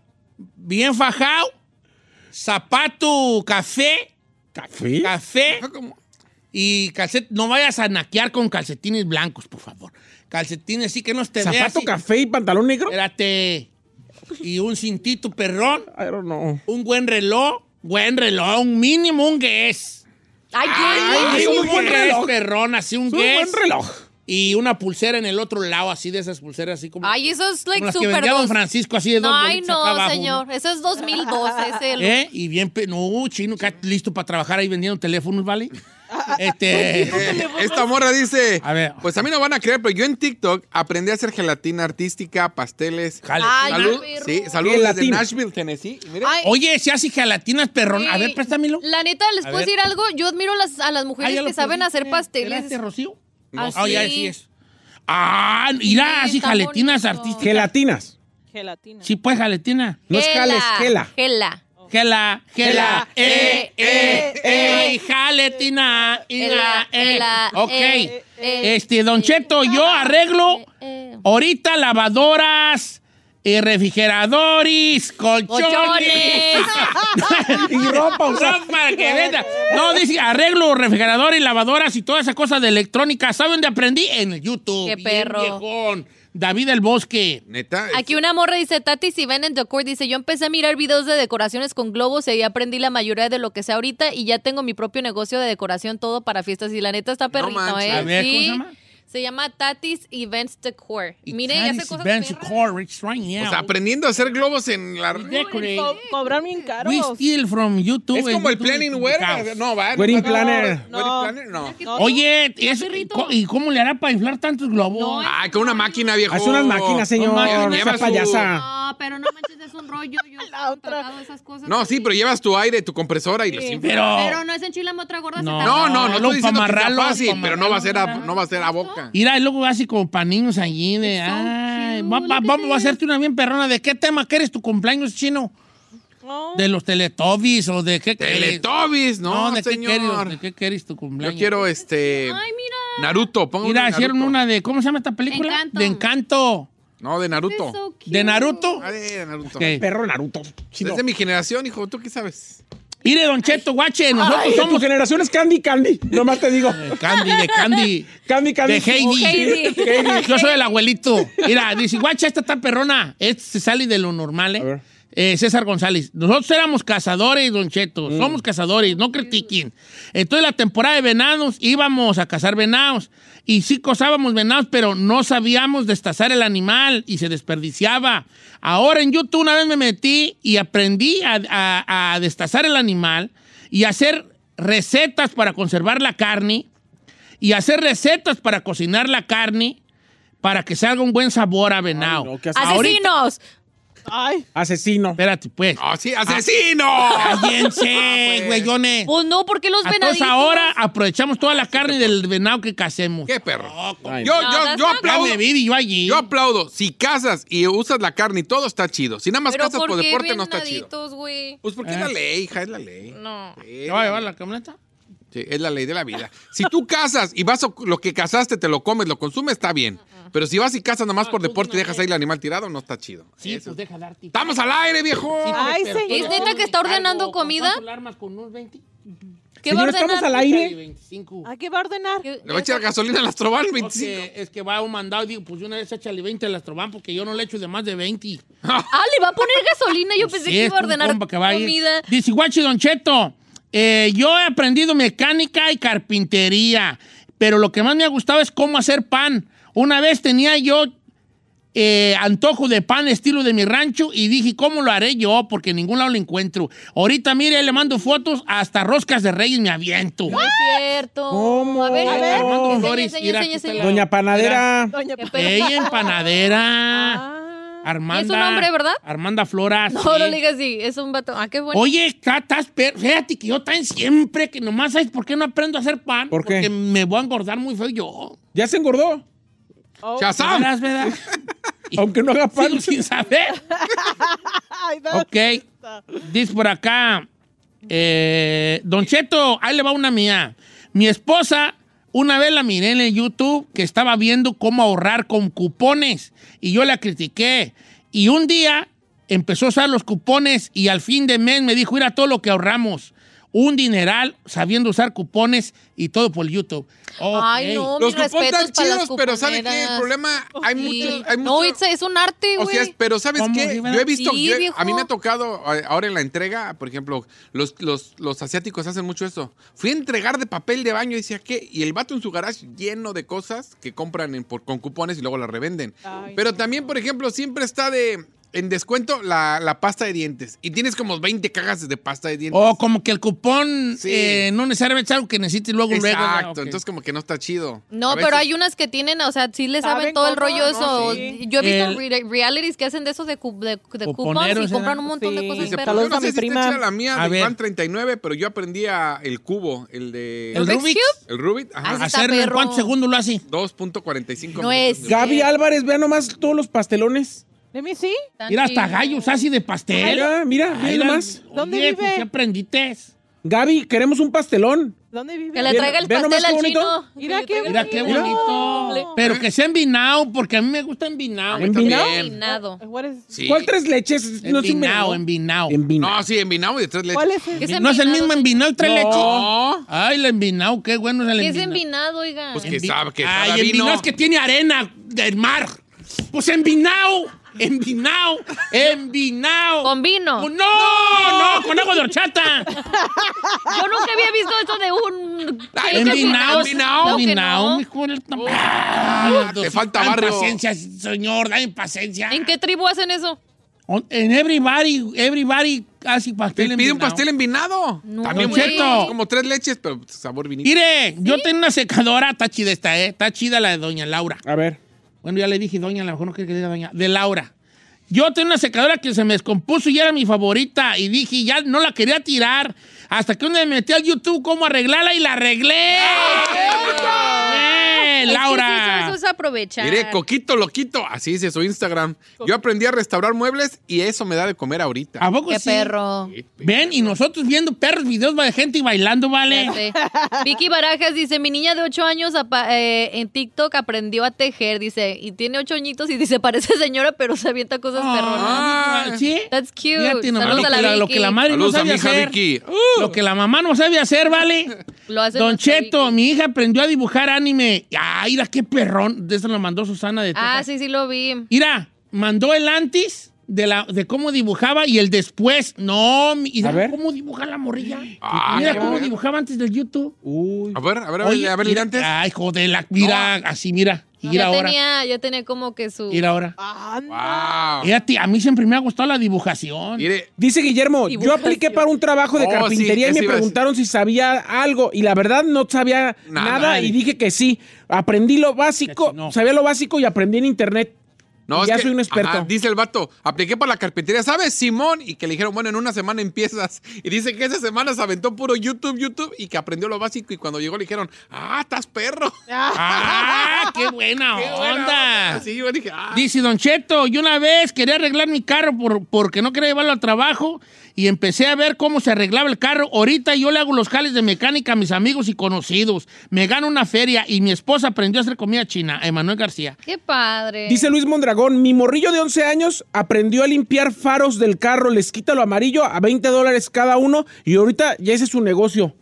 S1: bien fajado, zapato café,
S4: ¿Café?
S1: café.
S3: Viejo, como-
S1: Y calcet no vayas a naquear con calcetines blancos, por favor. Calcetines sí que no te veas.
S4: ¿Zapato café y pantalón negro?
S1: Espérate. Y un cintito perrón,
S4: I don't know.
S1: un buen reloj, Buen reloj, un mínimo un guess.
S2: Ay,
S1: Ay,
S4: es
S1: mínimo
S4: un
S1: un
S4: buen
S1: guess,
S4: reloj.
S1: perrón, así un
S4: un
S1: guess.
S4: buen reloj.
S1: Y una pulsera en el otro lado, así de esas pulseras, así como,
S2: Ay, eso es
S1: como
S2: like
S1: las que
S2: super
S1: vendía don
S2: dos.
S1: Francisco, así de dos
S2: No, ay,
S1: bolitas acá
S2: no,
S1: abajo,
S2: señor. Eso es 2002. Es el...
S1: ¿Eh? Y bien, pe- no, chino, acá listo para trabajar ahí vendiendo teléfonos, ¿vale?
S2: Ah,
S1: este,
S3: Eh, Esta morra dice,
S1: a ver,
S3: pues a mí no van a creer, pero yo en TikTok aprendí a hacer gelatina artística, pasteles.
S1: jale.
S2: Ay,
S3: Salud,
S2: perro.
S3: sí, saludos desde
S4: Gelatina.
S3: Nashville, Tennessee. Y mire,
S2: Ay,
S1: Oye, se hace gelatinas, perrón. A
S2: sí.
S1: ver, préstamelo.
S2: La neta, ¿les
S1: A
S2: puedo
S1: ver.
S2: decir algo? Yo admiro las- a las
S1: Ah,
S2: mujeres
S1: ya
S2: que
S1: lo
S2: saben
S1: pusiste.
S2: hacer
S1: ¿Era
S2: pasteles.
S1: este, Rocío?
S2: No.
S1: Ah, ya,
S2: Así.
S1: sí es. Ah, mira,
S2: Sí,
S1: así
S2: está
S1: jaletinas
S2: bonito.
S1: artísticas.
S4: Gelatinas.
S5: Gelatina.
S1: Sí, pues, jaletina.
S4: No es jales, gela.
S2: Gela.
S1: Gela, gela,
S5: Gela,
S1: eh, eh,
S2: eh,
S1: eh,
S2: eh,
S1: y jaletina, y la,
S2: Gela,
S1: eh.
S2: gela,
S1: Ok.
S2: eh, eh,
S1: Este, Don Cheto, yo arreglo
S2: eh.
S1: ahorita lavadoras, eh, refrigeradores, colchones.
S2: Colchones.
S4: Y ropa usada.
S1: No, para que venda. No, dice arreglo, refrigeradores, lavadoras y toda esa cosa de electrónica. ¿Saben dónde aprendí? En el YouTube.
S2: Qué
S1: Bien
S2: perro.
S1: viejón. David el Bosque.
S3: neta.
S2: Aquí una morra dice, Tati, si ven en Decor, dice, yo empecé a mirar videos de decoraciones con globos y ahí aprendí la mayoría de lo que sé ahorita y ya tengo mi propio negocio de decoración todo para fiestas y la neta está perrito,
S3: manches.
S2: ¿eh?
S1: A ver, ¿cómo
S2: Sí.
S1: se llama?
S2: Se llama Tati's Events Decor. Mire, y hace
S1: Italians
S2: cosas
S1: Adventure
S2: perras.
S1: Corridors right now.
S3: O sea, aprendiendo a hacer globos en la...
S1: We decorate.
S5: Co- cobran bien caros.
S1: We steal from YouTube.
S3: Es como el
S1: YouTube
S3: planning
S1: is
S3: wear.
S1: caos.
S3: No, va.
S4: Wedding
S3: no,
S4: planner.
S3: No. Wedding planner, no.
S5: No,
S1: Oye, es- ¿y cómo le hará para inflar tantos globos?
S2: No, es-
S3: Ay, con una máquina, viejo.
S4: Hace unas máquinas, señor.
S3: manches,
S4: No
S3: lleva
S4: sea
S3: su-
S4: payasa.
S2: No, pero no manches, es un rollo. Yo
S5: La
S2: he
S5: otra.
S2: tratado esas cosas.
S3: No, sí, pero llevas tu aire, tu compresora y los
S5: Sí.
S3: inflas.
S1: pero,
S2: Pero no es enchilame otra gorda. se
S1: No.
S2: tarda.
S3: No, no, no
S1: Luego
S3: estoy diciendo que sea
S1: amarrarlo,
S3: fácil,
S1: pa'
S3: pero no va a ser a,
S1: amarrarlo.
S3: no va a, ser a boca.
S1: mira, y luego así como para niños allí de, ay, va- va- vamos a hacerte una bien perrona. ¿De qué tema quieres tu cumpleaños chino?
S5: no.
S1: ¿De los Teletubbies o de qué quieres?
S3: Teletubbies, no,
S1: No, ¿de qué quieres? ¿De
S3: señor.
S1: qué quieres tu
S3: Yo
S1: cumpleaños?
S3: quiero este
S2: Ay, mira.
S3: Naruto, pongo
S1: Mira, hicieron
S3: Naruto.
S1: una de, ¿cómo se llama esta película?
S2: Encanto.
S1: De Encanto.
S3: No, de Naruto.
S2: es so cute.
S1: ¿De Naruto?
S3: Ay, de Naruto.
S1: Ok.
S4: Perro Naruto. Chido.
S3: Es de mi generación, hijo, ¿tú qué sabes?
S1: Mire, Don Cheto, guache, nosotros
S4: Ay, tu
S1: somos
S4: generación es Candy Candy. Nomás te digo.
S1: de Candy, de Candy.
S4: Candy Candy.
S1: De Heidi.
S2: Heidi.
S4: Heidi.
S1: Yo soy el abuelito. Mira, dice, guacha, esta está perrona. Este se sale de lo normal,
S4: A
S1: ¿eh?
S4: ver.
S1: Eh, César González, nosotros éramos cazadores, don Cheto,
S4: Mm.
S1: somos cazadores, no critiquen. Entonces la temporada de venados íbamos a cazar venados y sí cosábamos venados, pero no sabíamos destazar el animal y se desperdiciaba. Ahora en YouTube una vez me metí y aprendí a, a- a destazar el animal y hacer recetas para conservar la carne y hacer recetas para cocinar la carne para que salga un buen sabor a venado.
S4: Ay, no, qué
S1: Ahorita-
S2: ¡Asesinos!
S5: Ay,
S4: Asesino.
S1: espérate, pues.
S3: ¡Oh, sí! ¡Asesino!
S1: Cállense, güeyone.
S2: Pues no, porque los
S1: Entonces
S2: venaditos?
S1: ahora aprovechamos toda la carne del venado que casemos.
S3: ¡Qué perro!
S4: Ay,
S3: Yo, yo,
S2: No,
S3: yo
S2: that's not-
S1: Ya
S3: aplaudo.
S1: me vi yo allí.
S3: Yo aplaudo. Si casas y usas la carne y todo está chido. Si nada más
S2: Pero
S3: casas por
S2: ¿por qué
S3: deporte no está chido.
S2: venaditos, güey?
S3: Pues porque es
S1: Eh.
S3: la ley, hija, es la ley.
S2: No.
S3: Sí,
S1: ¿Te va a llevar la camioneta?
S3: sí, es la ley de la vida. Si tú casas y vas a- lo que casaste, te lo comes, lo consumes, está bien. Pero si vas y casas nada más por deporte y dejas ahí el animal tirado, no está chido.
S1: Sí,
S3: Eso.
S1: pues deja darte.
S3: ¡Estamos al aire, viejo!
S1: Sí,
S5: Ay,
S1: pero-
S5: señor.
S2: ¿Es neta que está ordenando comida?
S1: ¿Cuántas armas con unos 20?
S2: ¿Qué
S4: Señor,
S2: va a ordenar?
S4: estamos al aire.
S1: 25.
S5: ¿a qué va a ordenar?
S2: ¿Qué-
S3: Le voy a echar gasolina al Astrobal 25.
S1: Porque es que va un mandado y digo, pues de una vez échale 20 al Astroban porque yo no le echo de más de 20.
S2: Ah, le va a poner gasolina.
S3: Pues
S2: Yo pensé
S1: Sí,
S2: que
S1: es
S2: iba a
S1: un
S2: ordenar
S1: compa que va a ir.
S2: comida.
S1: Dice Guachi Don Cheto, eh, yo he aprendido mecánica y carpintería, pero lo que más me ha gustado es cómo hacer pan. Una vez tenía yo eh, antojo de pan estilo de mi rancho y dije, ¿cómo lo haré yo? Porque en ningún lado lo encuentro. Ahorita, mire, le mando fotos, hasta roscas de reyes me aviento.
S2: No es cierto.
S4: ¿Cómo?
S2: A ver,
S4: A
S2: a
S4: ver.
S2: ver.
S1: Armando
S2: Enseña,
S1: Flores,
S2: enseña,
S1: mira,
S2: enseña,
S1: aquí está
S2: enseña.
S1: la-
S4: Doña Panadera.
S5: Doña Pe-
S1: Ella en panadera.
S5: Ah,
S1: Armanda.
S2: ¿Es un hombre, verdad?
S1: Armanda Flora.
S2: No,
S1: sí.
S2: no le digas así. Es un vato. Ah, qué bueno.
S1: Oye, está- estás per- fíjate que yo tan siempre que nomás sabes por qué no aprendo a hacer pan.
S4: ¿Por qué?
S1: Porque me voy a engordar muy feo yo.
S4: Ya se engordó.
S5: oh,
S3: ¡Shazam!
S1: ¿Verdad? verdad?
S4: Aunque no haga pan.
S1: Sigo sin saber.
S5: ay, da-
S1: ok. Dice por acá. eh, don Cheto, ahí le va una mía. Mi esposa, una vez la miré en el YouTube que estaba viendo cómo ahorrar con cupones y yo la critiqué. Y un día empezó a usar los cupones y al fin de mes me dijo, mira todo lo que ahorramos. un dineral sabiendo usar cupones y todo por YouTube. Ok.
S2: Ay, no,
S3: Los
S2: mis
S3: cupones
S2: respetos
S3: están
S2: para las
S3: chidos, pero ¿sabe qué? El
S2: cuponeras.
S3: problema, hay
S2: Sí.
S3: muchos... Hay
S2: No,
S3: mucho-
S2: it's- es un arte,
S3: O
S2: güey.
S3: sea, pero ¿sabes
S1: ¿Cómo?
S3: qué?
S1: Sí, ¿verdad?
S3: Yo he visto,
S2: Sí,
S3: yo he-
S2: viejo.
S3: a mí me ha tocado eh, ahora en la entrega, por ejemplo, los, los, los asiáticos hacen mucho esto. Fui a entregar de papel de baño y decía, ¿qué? Y el vato en su garage lleno de cosas que compran en- por- con cupones y luego las revenden.
S5: Ay,
S3: pero
S5: no.
S3: también, por ejemplo, siempre está de... En descuento, la, la pasta de dientes. Y tienes como 20 cajas de pasta de dientes.
S1: O como que el cupón
S3: Sí.
S1: eh, no necesariamente es algo que necesites luego,
S3: Exacto.
S1: luego. ¿verdad? Ok.
S3: Entonces, como que no está chido.
S2: No,
S3: A veces-
S2: pero hay unas que tienen, o sea, sí le saben
S5: Saben
S2: todo el
S5: cómo,
S2: rollo
S5: ¿no?
S2: eso.
S5: Sí.
S2: Yo he visto
S1: El-
S2: re- realities que hacen de esos de, cu- de, de
S1: Cuponeros, "Pues,
S2: coupons y
S1: ¿eh?
S2: compran un montón de
S5: Sí.
S2: cosas.
S5: Dice,
S2: pero-
S3: "Pues Yo
S5: Saludos
S3: no
S5: a
S3: sé si
S5: mi
S3: está
S5: prima.
S3: chida la mía,
S1: A
S3: de
S1: ver.
S3: Iván 39, pero yo aprendí a el cubo, el de...
S1: ¿El
S2: Rubik's
S1: Rubik's?
S3: El Rubik, ajá.
S2: Así está,
S1: ¿Hacerlo en
S2: perro.
S1: cuántos segundos lo hace?
S3: 2.45
S2: No es.
S3: minutos.
S4: Gaby Álvarez, vea nomás todos los pastelones.
S5: ¿De mí sí?
S2: Tan
S1: Mira, hasta
S2: chido.
S1: gallos así de pastel.
S4: Mira, mira,
S1: Ay,
S4: mira nomás.
S1: oye,
S5: ¿Dónde
S1: pues,
S5: vive?
S1: ¿Qué aprendiste?
S4: Gaby, queremos un pastelón.
S5: ¿Dónde vive? Eh,
S2: Que le
S4: Mira,
S2: traiga el
S4: ve nomás
S2: pastel
S4: qué
S2: al
S4: bonito.
S2: chino.
S5: Mira
S2: Que
S5: qué
S2: le traiga
S1: Mira
S2: el
S1: qué
S2: pastel.
S1: bonito.
S5: Mira.
S1: Pero que sea envinado, porque a mí me gusta envinado.
S3: mí también.
S4: ¿Envinado?
S2: Combinado.
S5: What is-
S3: Sí.
S4: ¿Cuál tres leches? No es
S1: Envinado,
S4: invento.
S1: envinado.
S4: Envinado.
S3: No, sí, envinado y de tres leches.
S5: ¿Cuál es
S2: ¿Qué
S5: el?
S2: es
S1: ¿No es el
S2: envinado?
S1: mismo envinado y tres leches?
S3: No.
S1: Ay, el envinado, qué bueno es el
S2: ¿Qué es
S1: envinado.
S2: envinado, oiga?
S3: Pues que
S1: Envi-
S3: sabe, que
S1: Ay,
S3: sabe a
S1: envinado
S3: vino.
S1: es que tiene arena del mar. Pues envinado, envinado, envinado.
S2: Con vino.
S1: Pues no, no, con agua de horchata.
S2: Yo nunca había visto eso de un...
S3: Ay,
S1: Ah, Envinado,
S3: envinado.
S2: Claro que
S1: envinado,
S2: no.
S1: mijo. Ah,
S3: te falta
S1: dame
S3: barrio.
S1: paciencia, señor, dame paciencia.
S2: ¿En qué tribu hacen eso?
S1: On- En everybody, everybody hace pastel
S3: Pide un
S1: envinado.
S3: pastel envinado.
S2: No,
S3: También
S1: güey.
S3: bueno, es como tres leches, pero sabor vinito.
S1: Mire, yo tengo una secadora, está chida esta, ¿eh? Está chida la de Doña Laura.
S4: A ver.
S1: Bueno, ya le dije doña, a lo mejor no quiere que diga doña. De Laura. Yo tenía una secadora que se me descompuso y era mi favorita. Y dije, ya no la quería tirar. Hasta que una vez me metí al YouTube cómo arreglarla y la arreglé. ¡Eh,
S2: Es que sí,
S1: Laura!
S2: Eso, eso es aprovechar.
S3: Mire, coquito loquito, así dice su Instagram. Yo aprendí a restaurar muebles y eso me da de comer ahorita.
S1: ¿A poco
S2: Qué
S1: pues sí?
S2: perro.
S3: Sí, sí.
S1: Ven, y nosotros viendo perros, videos de gente y bailando, ¿vale?
S2: Ya sé. Vicky Barajas dice, mi niña de 8 años apa- eh, en TikTok aprendió a tejer, dice, y tiene 8 añitos y dice, parece señora, pero se avienta cosas perronas.
S1: Ah, ¿Sí?
S2: That's cute.
S1: Fíjate nomás
S2: Saludos
S1: lo,
S2: a la
S1: que la, lo
S2: Vicky.
S1: que la madre
S3: Saludos
S1: no
S3: a
S1: sabe
S3: mi hija
S1: hacer.
S3: Vicky.
S1: Lo que la mamá no sabe hacer, ¿vale?
S2: Lo hace
S1: Don
S2: nuestra
S1: Cheto,
S2: Vicky.
S1: mi hija aprendió a dibujar anime. Ay, mira, qué perrón. De eso lo mandó Susana de
S2: Ah,
S1: Texas.
S2: sí, sí lo vi.
S1: Mira, mandó el antes de, la, de cómo dibujaba y el después. No, mi- y
S4: A
S1: mira
S4: ver.
S1: cómo dibuja la morrilla.
S3: Ah,
S1: mira
S3: qué
S1: cómo
S3: bueno.
S1: dibujaba antes del YouTube.
S4: Uy.
S3: A ver, a ver, a ver, a ver,
S1: mira,
S3: antes.
S1: Ay, joder, la, mira, así, mira. Y
S2: ya
S1: Mira ahora.
S2: tenía, ya tenía como que su...
S1: Mira ahora.
S5: Anda.
S3: Wow.
S1: Fíjate, a mí siempre me ha gustado la dibujación.
S3: Ah. Mire,
S4: Dice Guillermo, yo
S2: Dibujación.
S4: apliqué para un trabajo de
S3: Oh, sí,
S4: carpintería
S3: eso
S4: y me
S3: iba a decir.
S4: preguntaron si sabía algo y la verdad no sabía
S3: Nada.
S4: nada, y dije que sí. Aprendí lo
S1: Ya
S4: básico,
S1: chinó.
S4: sabía lo básico y aprendí en internet.
S3: no, es
S4: ya
S3: que-
S4: soy un experto.
S3: Ajá, dice el vato, apliqué para la carpintería, ¿sabes, Simón? Y que le dijeron, bueno, en una semana empiezas. Y dice que esa semana se aventó puro YouTube, YouTube y que aprendió lo básico. Y cuando llegó le dijeron, ah, estás perro.
S1: ¡Ah, qué buena
S3: Qué buena
S1: onda!
S3: onda. Sí, yo dije, ah.
S1: Dice Don Cheto, yo una vez quería arreglar mi carro por- porque no quería llevarlo al trabajo y empecé a ver cómo se arreglaba el carro. Ahorita yo le hago los jales de mecánica a mis amigos y conocidos. Me gano una feria y mi esposa aprendió a hacer comida china, Emanuel García.
S2: Qué padre.
S4: Dice Luis Mondragón, mi morrillo de 11 años aprendió a limpiar faros del carro, les quita lo amarillo a 20 dólares cada uno y ahorita ya ese es su negocio.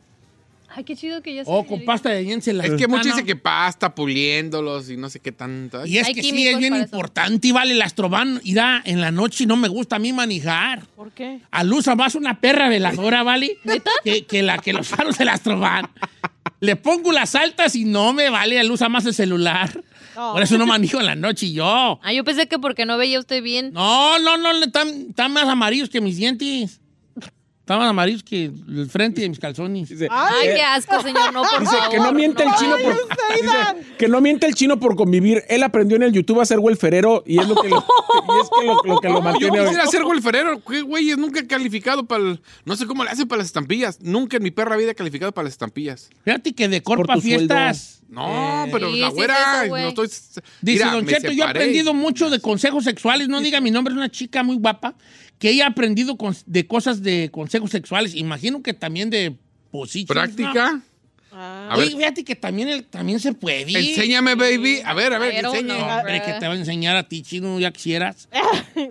S2: Ay, qué chido que ya se...
S1: Oh, con pasta de dientes en la
S3: Es que muchos
S1: ventana.
S3: dicen que pasta, puliéndolos y no sé qué tanto.
S1: Y es
S2: Hay
S1: que sí,
S2: químicos
S1: es bien
S2: para eso.
S1: importante, y vale, las troban, irá en la noche y no me gusta a mí manejar.
S5: ¿Por qué?
S1: A luz más una perra veladora, ¿vale? Que, que la que los faros se las troban. Le pongo las altas y no me vale, a luz más el celular.
S5: No.
S1: Por eso no manejo en la noche y yo.
S2: Ah, yo pensé que porque no veía usted bien.
S1: No, no, no, le- están, están más amarillos que mis dientes. Están más amarillos que el frente de mis calzones.
S4: Dice,
S2: Ay,
S4: eh,
S2: qué asco, señor, no, por
S4: dice
S2: favor.
S4: que no miente el chino por dice que no miente el chino por convivir. Él aprendió en el YouTube a ser welferero y es lo que lo, y es que lo, lo que lo
S3: yo
S4: mantiene hoy.
S3: quisiera ser golferero. Qué güeyes, nunca he calificado para el... No sé cómo le hacen para las estampillas. Nunca en mi perra vida he calificado para las estampillas.
S1: Fíjate que de corpa
S4: tu sueldo.
S1: fiestas.
S3: No, pero
S2: Sí,
S3: la
S2: sí,
S3: güera,
S2: sí, eso, güey.
S3: no estoy...
S1: Dice
S3: Mira,
S1: Don
S3: me
S1: Cheto, yo he
S3: separé.
S1: aprendido mucho de consejos sexuales. No diga mi nombre, es una chica muy guapa que ella ha aprendido con- de cosas de consejos sexuales. Imagino que también de posiciones.
S3: ¿Práctica?
S5: Ah.
S3: A ver,
S1: Oye, fíjate que también, el- también se puede.
S3: enséñame, baby. A ver, a ver,
S2: Pero
S3: enséñame.
S2: no.
S1: Hombre, que te va a enseñar a ti, chino, ya quisieras.
S5: Sí.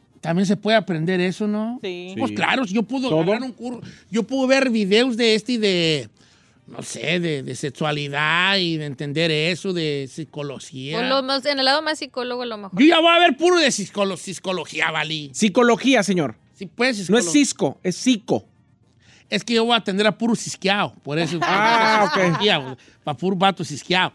S1: Este, También se puede aprender eso, ¿no?
S5: Sí.
S1: Pues
S3: Sí.
S1: claro, yo puedo
S4: ¿Todo?
S1: agarrar un curso, yo puedo ver videos de este y de, no sé, de, de sexualidad y de entender eso, de psicología.
S2: O Pues lo más- en el lado más psicólogo, a lo mejor.
S1: Yo ya voy a ver puro de psicolo- psicología, Valí.
S4: Psicología, señor.
S1: Si puedes,
S4: No
S1: psicolo-
S4: es Cisco, es Psico.
S1: Es que yo voy a atender a puro cisqueado, por eso.
S4: Ah, ok.
S1: Para puro vato cisqueado.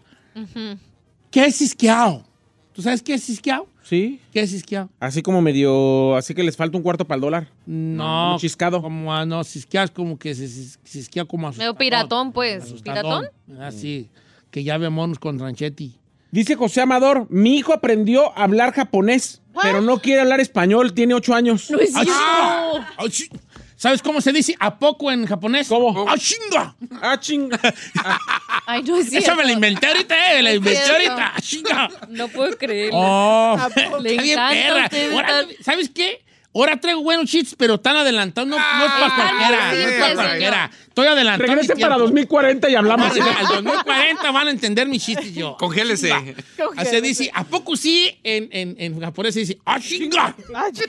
S1: ¿Qué es cisqueado? ¿Tú sabes qué es cisqueado?
S4: Sí.
S1: ¿Qué es cisqueado?
S4: Así como medio. Así que les falta un cuarto para el dólar.
S1: No.
S4: Un chiscado.
S1: Como, ah, no, cisqueado es como que se cis- cisquea como asustadón.
S2: Medio piratón, pues.
S1: Asustadón.
S2: ¿Piratón?
S1: Ah, sí. Que ya vemos con Tranchetti.
S4: Dice José Amador: Mi hijo aprendió a hablar japonés, pero no quiere hablar español, tiene ocho años. Ah,
S1: ¡Ay, chinga! ¡Ay, chi- ¿Sabes cómo se dice a poco en japonés?
S4: ¿Cómo?
S1: ¡Ay, chinga!
S4: Ah, ching.
S2: Ay, no es
S1: Eso
S2: cierto.
S1: me la inventé ahorita, eh. Me la
S2: Es
S1: inventé
S2: cierto.
S1: ahorita. ¡Ay, chinga!
S2: No puedo creerlo.
S1: Oh,
S5: ¿A
S1: está
S5: poco?
S2: Le
S1: bien
S2: encanta
S1: perra.
S2: usted
S1: Ahora,
S2: estar-
S1: ¿Sabes qué? Ahora traigo buenos cheats, pero tan adelantado. No, no es para
S3: Ah,
S1: cualquiera. No es para
S2: sí,
S1: cualquiera. Estoy adelantado. mi
S4: Regrese para
S1: tiempo.
S4: 2040 y hablamos.
S1: Vamos, Al 2040 van a entender mis chistes yo.
S3: Congélese.
S1: Así se dice, ¿a poco sí? En, en, en japonés se dice, ¡Ah, chinga!
S5: Ay, te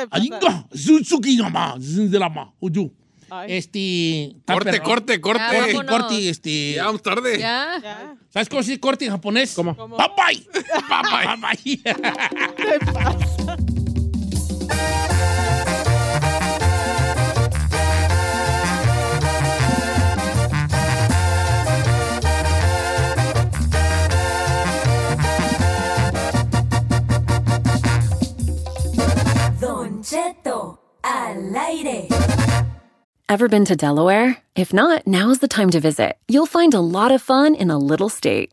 S1: ¡Ah,
S5: pasa.
S1: chinga! ¡Suzuki nama! ¡Zindelama! ¡Uyu!
S5: Ay,
S1: Este. está
S3: Ah, Corte,
S1: perrón.
S3: corte,
S2: Ya,
S3: corte.
S2: vámonos.
S1: Corti, este.
S3: Ya vamos tarde.
S2: Ya.
S5: ya.
S1: ¿Sabes cómo se dice corte en japonés?
S4: ¿Cómo?
S5: ¿Cómo?
S1: Bye bye. Bye bye.
S8: Don Cheto al aire.
S9: Ever been to Delaware? If not, now's the time to visit. You'll find a lot of fun in a little state.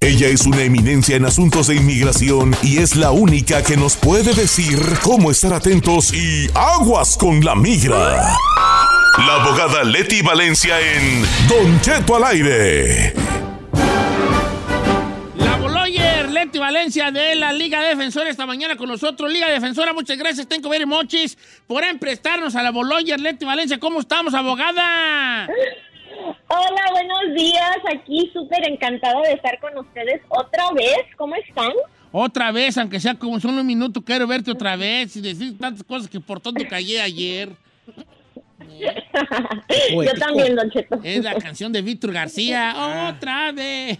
S10: Ella es una eminencia en asuntos de inmigración y es la única que nos puede decir cómo estar atentos y aguas con la migra. La abogada Leti Valencia en Don Cheto al aire.
S1: La Boloyer, Leti Valencia de la Liga Defensora esta mañana con nosotros. Liga Defensora, muchas gracias, tengo ver mochis por emprestarnos a la Boloyer, Leti Valencia. ¿Cómo estamos, abogada?
S11: Hola, buenos días. Aquí súper encantada de estar con ustedes otra vez. ¿Cómo están?
S1: Otra vez, aunque sea como solo un minuto, quiero verte otra vez y decir tantas cosas que por tonto callé ayer.
S11: Yo también, Don Cheto.
S1: Es la canción de Víctor
S4: Ah.
S1: García. Otra vez.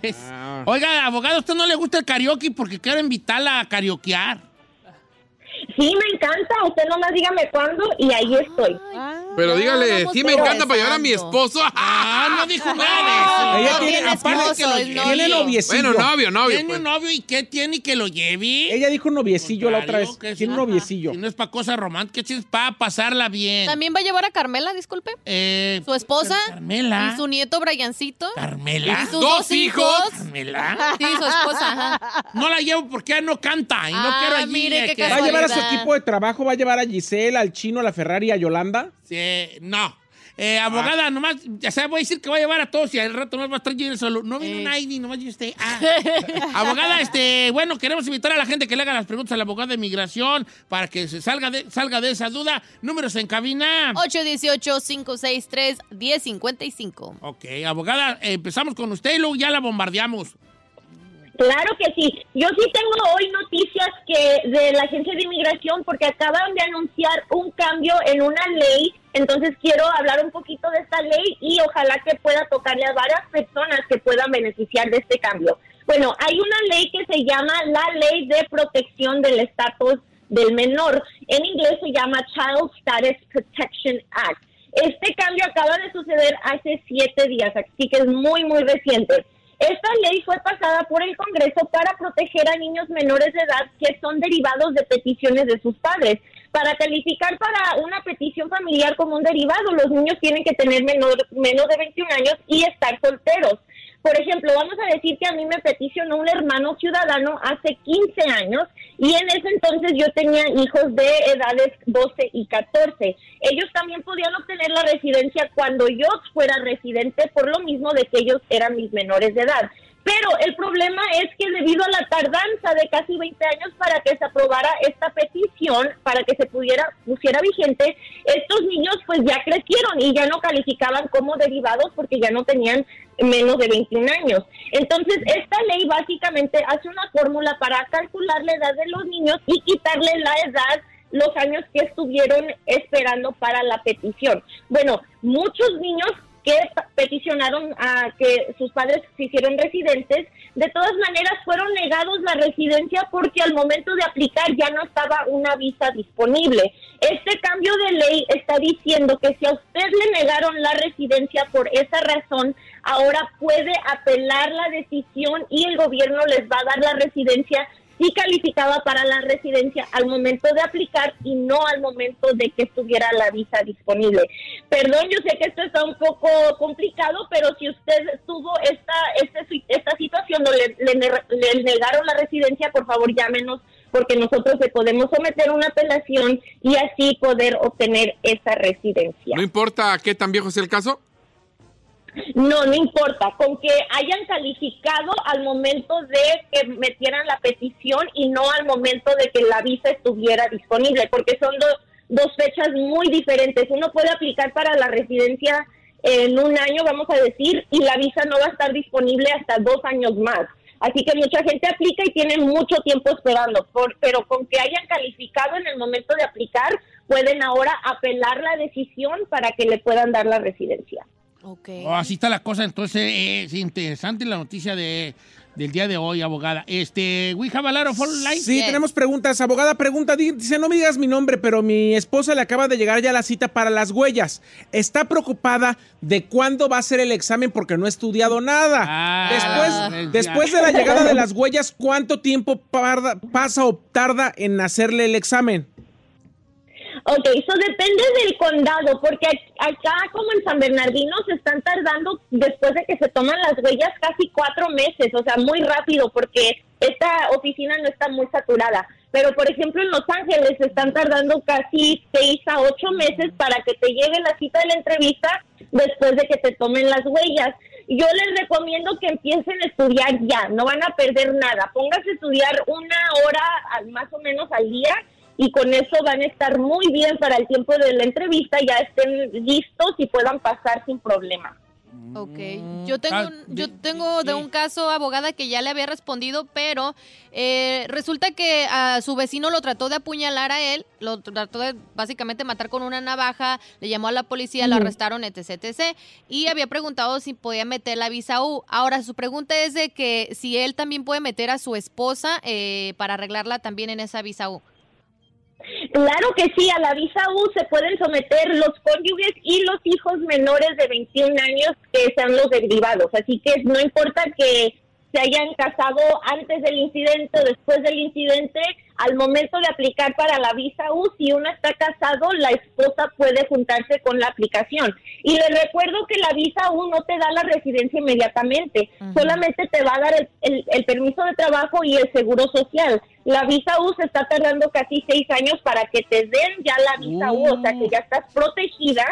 S1: Oiga, abogado, ¿a usted no le gusta el karaoke? Porque quiero invitarla a karaokear.
S11: Sí, me encanta. Usted nomás dígame cuándo y ahí estoy.
S5: Ah,
S3: Pero
S2: Ya,
S3: dígale,
S2: vamos
S3: sí me
S2: todo
S3: encanta para llevar a
S2: besando.
S3: mi esposo.
S1: Ah, no dijo nada de eso.
S4: Ella
S1: No,
S4: tiene,
S2: tiene
S4: aparte,
S2: esposo,
S4: que
S2: es
S4: lo- tiene
S2: novio.
S4: noviecillo.
S3: Bueno, novio, novio.
S1: tiene
S3: pues.
S1: un novio y ¿qué tiene y que lo lleve?
S4: Ella dijo noviecillo la otra
S1: Contrario,
S4: vez.
S1: que es
S4: Tiene
S1: una-
S4: noviecillo.
S1: Si no es para cosas románticas, es para pasarla bien.
S2: También va a llevar a Carmela, disculpe.
S1: Eh,
S2: Su esposa.
S1: Carmela.
S2: Y su nieto, Briancito.
S1: Carmela.
S2: Y sus
S3: dos
S2: dos hijos.
S3: hijos.
S1: Carmela.
S2: Sí, su esposa. ajá.
S1: No la llevo porque ella no canta y no
S2: Ah,
S1: quiero allí.
S2: mire,
S1: eh,
S2: qué
S1: que-
S4: Va a llevar a su
S2: casualidad.
S4: equipo de trabajo, va a llevar a Giselle, al chino, a la Ferrari, a Yolanda.
S1: Sí, no. Eh, abogada, nomás, ya sabes, voy a decir que voy a llevar a todos y al rato nomás va a estar yo solo. No viene
S2: Eh.
S1: un ID, nomás yo esté. ah. abogada, este, bueno, queremos invitar a la gente que le haga las preguntas al abogado de migración para que se salga de, salga de esa duda. Números en cabina.
S2: 818-563-1055.
S1: Ok, abogada, eh, empezamos con usted y luego ya la bombardeamos.
S11: Claro que sí. Yo sí tengo hoy noticias que de la agencia de inmigración porque acaban de anunciar un cambio en una ley. Entonces quiero hablar un poquito de esta ley y ojalá que pueda tocarle a varias personas que puedan beneficiar de este cambio. Bueno, hay una ley que se llama la Ley de Protección del Estatus del menor. En inglés se llama Child Status Protection Act. Este cambio acaba de suceder hace siete días, así que es muy, muy reciente. Esta ley fue pasada por el Congreso para proteger a niños menores de edad que son derivados de peticiones de sus padres. Para calificar para una petición familiar como un derivado, los niños tienen que tener menor, menos de 21 años y estar solteros. Por ejemplo, vamos a decir que a mí me peticionó un hermano ciudadano hace 15 años y en ese entonces yo tenía hijos de edades 12 y 14. Ellos también podían obtener la residencia cuando yo fuera residente por lo mismo de que ellos eran mis menores de edad. Pero el problema es que debido a la tardanza de casi 20 años para que se aprobara esta petición, para que se pudiera pusiera vigente, estos niños pues ya crecieron y ya no calificaban como derivados porque ya no tenían menos de 21 años. Entonces, esta ley básicamente hace una fórmula para calcular la edad de los niños y quitarle la edad los años que estuvieron esperando para la petición. Bueno, muchos niños que peticionaron a que sus padres se hicieron residentes, de todas maneras fueron negados la residencia porque al momento de aplicar ya no estaba una visa disponible. Este cambio de ley está diciendo que si a usted le negaron la residencia por esa razón, ahora puede apelar la decisión y el gobierno les va a dar la residencia si calificaba para la residencia al momento de aplicar y no al momento de que estuviera la visa disponible. Perdón, yo sé que esto está un poco complicado, pero si usted tuvo esta, este- esta situación donde le, le ne- le negaron la residencia, por favor llámenos porque nosotros le podemos someter una apelación y así poder obtener esa residencia.
S3: No importa qué tan viejo sea el caso.
S11: No, no importa, con que hayan calificado al momento de que metieran la petición y no al momento de que la visa estuviera disponible, porque son do- dos fechas muy diferentes. Uno puede aplicar para la residencia en un año, vamos a decir, y la visa no va a estar disponible hasta dos años más. Así que mucha gente aplica y tiene mucho tiempo esperando, por- pero con que hayan calificado en el momento de aplicar, pueden ahora apelar la decisión para que le puedan dar la residencia.
S1: Oh, así está la cosa, entonces eh, es interesante la noticia de, del día de hoy, abogada. Este, we have a lot of online.
S4: Sí, tenemos preguntas. Abogada pregunta, di- dice, no me digas mi nombre, pero mi esposa le acaba de llegar ya la cita para las huellas. Está preocupada de cuándo va a ser el examen porque no ha estudiado nada. después, después de la llegada de las huellas, ¿cuánto tiempo parda- pasa o tarda en hacerle el examen?
S11: Ok, eso depende del condado, porque ac- acá como en San Bernardino se están tardando después de que se toman las huellas casi cuatro meses, o sea, muy rápido, porque esta oficina no está muy saturada. Pero, por ejemplo, en Los Ángeles se están tardando casi seis a ocho meses para que te llegue la cita de la entrevista después de que te tomen las huellas. Yo les recomiendo que empiecen a estudiar ya, no van a perder nada. Pónganse a estudiar una hora al- más o menos al día y con eso van a estar muy bien para el tiempo de la entrevista, ya estén listos y puedan pasar sin problema.
S1: Mm.
S2: Ok, yo tengo,
S1: Ah,
S2: un- yo tengo de
S11: sí.
S2: un caso abogada que ya le había respondido, pero eh, resulta que a su vecino lo trató de apuñalar a él, lo trató de básicamente matar con una navaja, le llamó a la policía, lo
S12: Ujú.
S2: arrestaron, etc, etc. Y había preguntado si podía meter la visa U. Ahora, su pregunta es de que si él también puede meter a su esposa eh, para arreglarla también en esa visa U.
S11: Claro que sí, a la visa U se pueden someter los cónyuges y los hijos menores de 21 años que sean los derivados. Así que no importa que se hayan casado antes del incidente o después del incidente, al momento de aplicar para la visa U, si uno está casado, la esposa puede juntarse con la aplicación. Y les recuerdo que la visa U no te da la residencia inmediatamente, solamente te va a dar el, el- el permiso de trabajo y el seguro social. La visa U se está tardando casi seis años para que te den ya la visa U, o sea
S2: Uh.
S11: que ya estás protegida.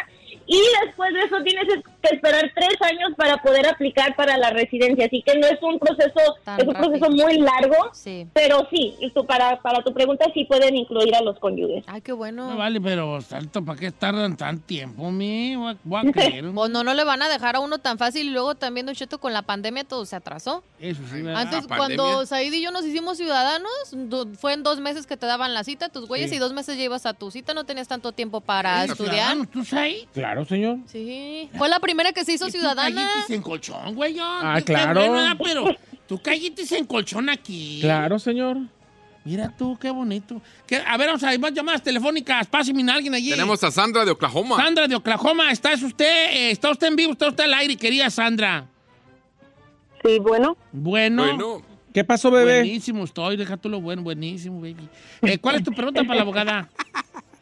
S11: Y después de eso tienes que esperar tres años para poder aplicar para la residencia. Así que no es un proceso,
S2: Tan
S11: es un
S2: rápido.
S11: proceso muy largo.
S2: Sí.
S11: Pero sí, y tú- para, para tu pregunta sí pueden incluir a los cónyuges.
S2: Ay, qué bueno.
S1: No Ah, vale, pero tanto, ¿para qué tardan tan tiempo, mi? Voy a- voy a creer.
S2: Pues no, no le van a dejar a uno tan fácil y luego también, Don Cheto, con la pandemia todo se atrasó.
S1: Eso sí, ¿verdad?
S2: Antes, cuando Said y yo nos hicimos ciudadanos, do- fue en dos meses que te daban la cita, tus huellas,
S4: Sí.
S2: y dos meses ya ibas a tu cita, no tenías tanto tiempo para
S1: Sí,
S2: estudiar.
S1: ciudadano, ¿Tú, Said?
S4: Claro, señor.
S2: Sí. Fue la primera que se hizo ciudadana.
S1: en colchón, güey. yo.
S4: Ah,
S1: Yo te
S4: claro.
S1: bueno, ah, pero tú cállate en colchón aquí.
S4: Claro, señor.
S1: Mira tú, qué bonito. ¿Qué? A ver, vamos a más llamadas telefónicas. Pásenme a alguien allí.
S3: Tenemos a Sandra de Oklahoma.
S1: Sandra de Oklahoma, ¿está es usted? eh, ¿Está usted en vivo? ¿Está usted al aire, querida Sandra?
S12: Sí, bueno.
S1: Bueno.
S4: ¿Qué pasó, bebé?
S1: Buenísimo estoy, deja tú lo bueno, buenísimo, baby. Eh, ¿Cuál es tu pregunta para la abogada?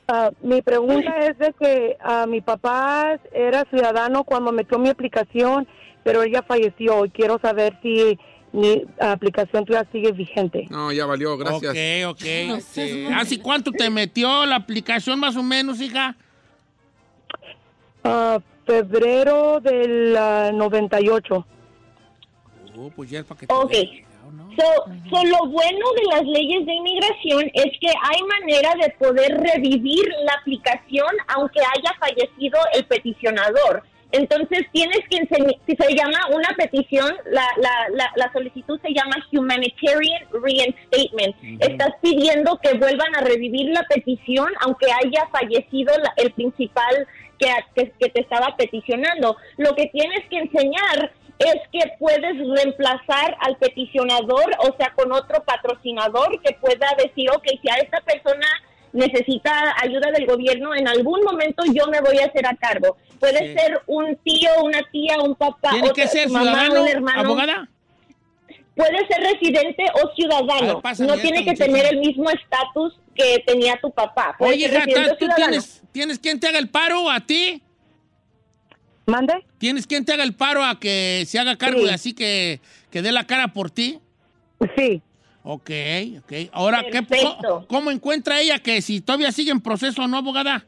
S12: Ah, mi pregunta es de que ah, mi papá era ciudadano cuando metió mi aplicación, pero ella falleció y quiero saber si mi aplicación todavía sigue vigente.
S3: No, ya valió, gracias.
S1: Ok, ok. Sí. ¿Hace cuánto te metió la aplicación más o menos, hija?
S12: Ah, febrero del ah, 98.
S1: Oh, pues ya es para que te
S11: Ok. So, so lo bueno de las leyes de inmigración es que hay manera de poder revivir la aplicación aunque haya fallecido el peticionador. Entonces tienes que enseñ- si se llama una petición, la, la- la- la solicitud se llama Humanitarian Reinstatement. Estás pidiendo que vuelvan a revivir la petición aunque haya fallecido la- el principal que, que- que te estaba peticionando. Lo que tienes que enseñar es que puedes reemplazar al peticionador, o sea, con otro patrocinador que pueda decir, ok, si a esta persona necesita ayuda del gobierno, en algún momento yo me voy a hacer a cargo. Puede
S1: Sí.
S11: ser un tío, una tía, un papá,
S1: ¿Tiene
S11: otra-
S1: que ser
S11: mamá,
S1: ciudadano,
S11: un hermano.
S1: abogada?
S11: Puede ser residente o
S1: A
S11: ciudadano.
S1: ver, pásame
S11: no
S1: esta
S11: tiene que
S1: muchacha.
S11: tener el mismo estatus que tenía tu papá. Puede
S1: Oye,
S11: ser
S1: hija,
S11: residente o
S1: ¿tú
S11: ciudadano.
S1: tienes, tienes quien te haga el paro a ti?
S12: ¿Mande?
S1: ¿Tienes quien te haga el paro a que se haga cargo
S12: Sí.
S1: y así que, que dé la cara por ti?
S12: Sí.
S1: Ok, ok. Ahora, ¿qué,
S11: Perfecto.
S1: cómo, cómo encuentra ella que si todavía sigue en proceso o no, abogada?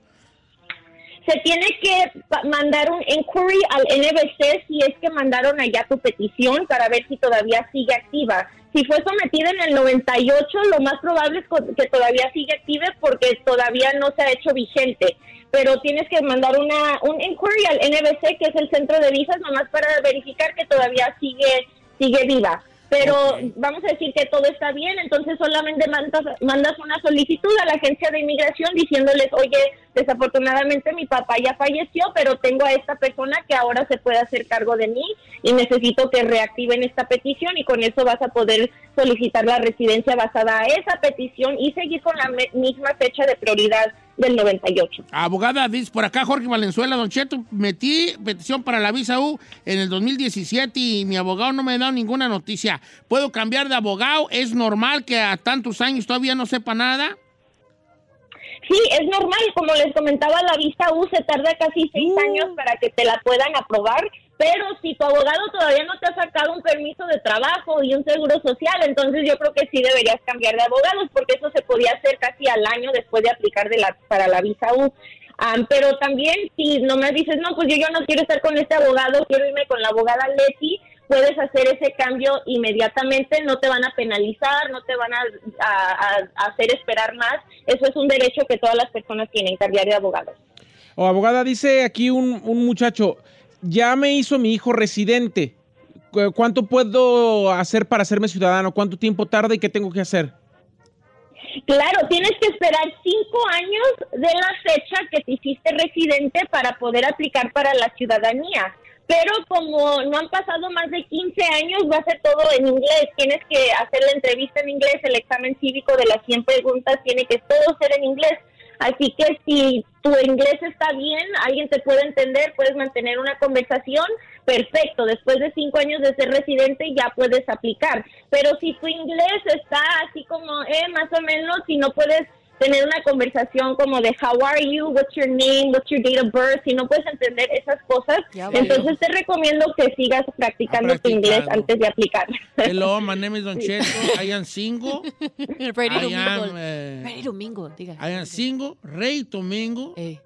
S11: se tiene que pa- mandar un inquiry al NBC si es que mandaron allá tu petición para ver si todavía sigue activa. Si fue sometida en el 98, lo más probable es co- que todavía sigue activa porque todavía no se ha hecho vigente. Pero tienes que mandar una, un inquiry al NBC, que es el centro de visas, nomás para verificar que todavía sigue, sigue viva. Pero vamos a decir que todo está bien, entonces solamente mandas, mandas una solicitud a la agencia de inmigración diciéndoles, oye, desafortunadamente mi papá ya falleció, pero tengo a esta persona que ahora se puede hacer cargo de mí y necesito que reactiven esta petición y con eso vas a poder solicitar la residencia basada a esa petición y seguir con la me- misma fecha de prioridad del 98.
S1: Abogada, dice por acá Jorge Valenzuela, Don Cheto, metí petición para la visa U en el 2017 y mi abogado no me ha dado ninguna noticia. ¿Puedo cambiar de abogado? ¿Es normal que a tantos años todavía no sepa nada?
S11: Sí, es normal, como les comentaba, la vista U se tarda casi seis años para que te la puedan aprobar, pero si tu abogado todavía no te ha sacado un permiso de trabajo y un seguro social, entonces yo creo que sí deberías cambiar de abogados, porque eso se podía hacer casi al año después de aplicar de la, para la visa U. Am, pero también si nomás dices, no, pues yo ya no quiero estar con este abogado, quiero irme con la abogada Leti, puedes hacer ese cambio inmediatamente, no te van a penalizar, no te van a, a- a- a hacer esperar más. Eso es un derecho que todas las personas tienen, cambiar de abogado.
S4: O Oh, abogada, dice aquí un, un muchacho, ya me hizo mi hijo residente. ¿Cu- ¿Cuánto puedo hacer para hacerme ciudadano? ¿Cuánto tiempo tarda y qué tengo que hacer?
S11: Claro, tienes que esperar cinco años de la fecha que te hiciste residente para poder aplicar para la ciudadanía. Pero como no han pasado más de 15 años, va a ser todo en inglés. Tienes que hacer la entrevista en inglés, el examen cívico de las 100 preguntas tiene que todo ser en inglés. Así que si tu inglés está bien, alguien te puede entender, puedes mantener una conversación, perfecto. Después de cinco años de ser residente ya puedes aplicar. Pero si tu inglés está así como, eh, más o menos, si no puedes tener una conversación como de how are you, what's your name, what's your date of birth, si no puedes entender esas cosas,
S1: valió.
S11: entonces te recomiendo que sigas practicando tu inglés
S1: practicado.
S11: antes de aplicar.
S1: Hello, my name is Don Cheto. I am single.
S2: Ready to
S1: I am,
S2: mingle.
S1: eh,
S2: Ready to mingle, diga.
S1: I am single, ready to mingle. And,
S2: To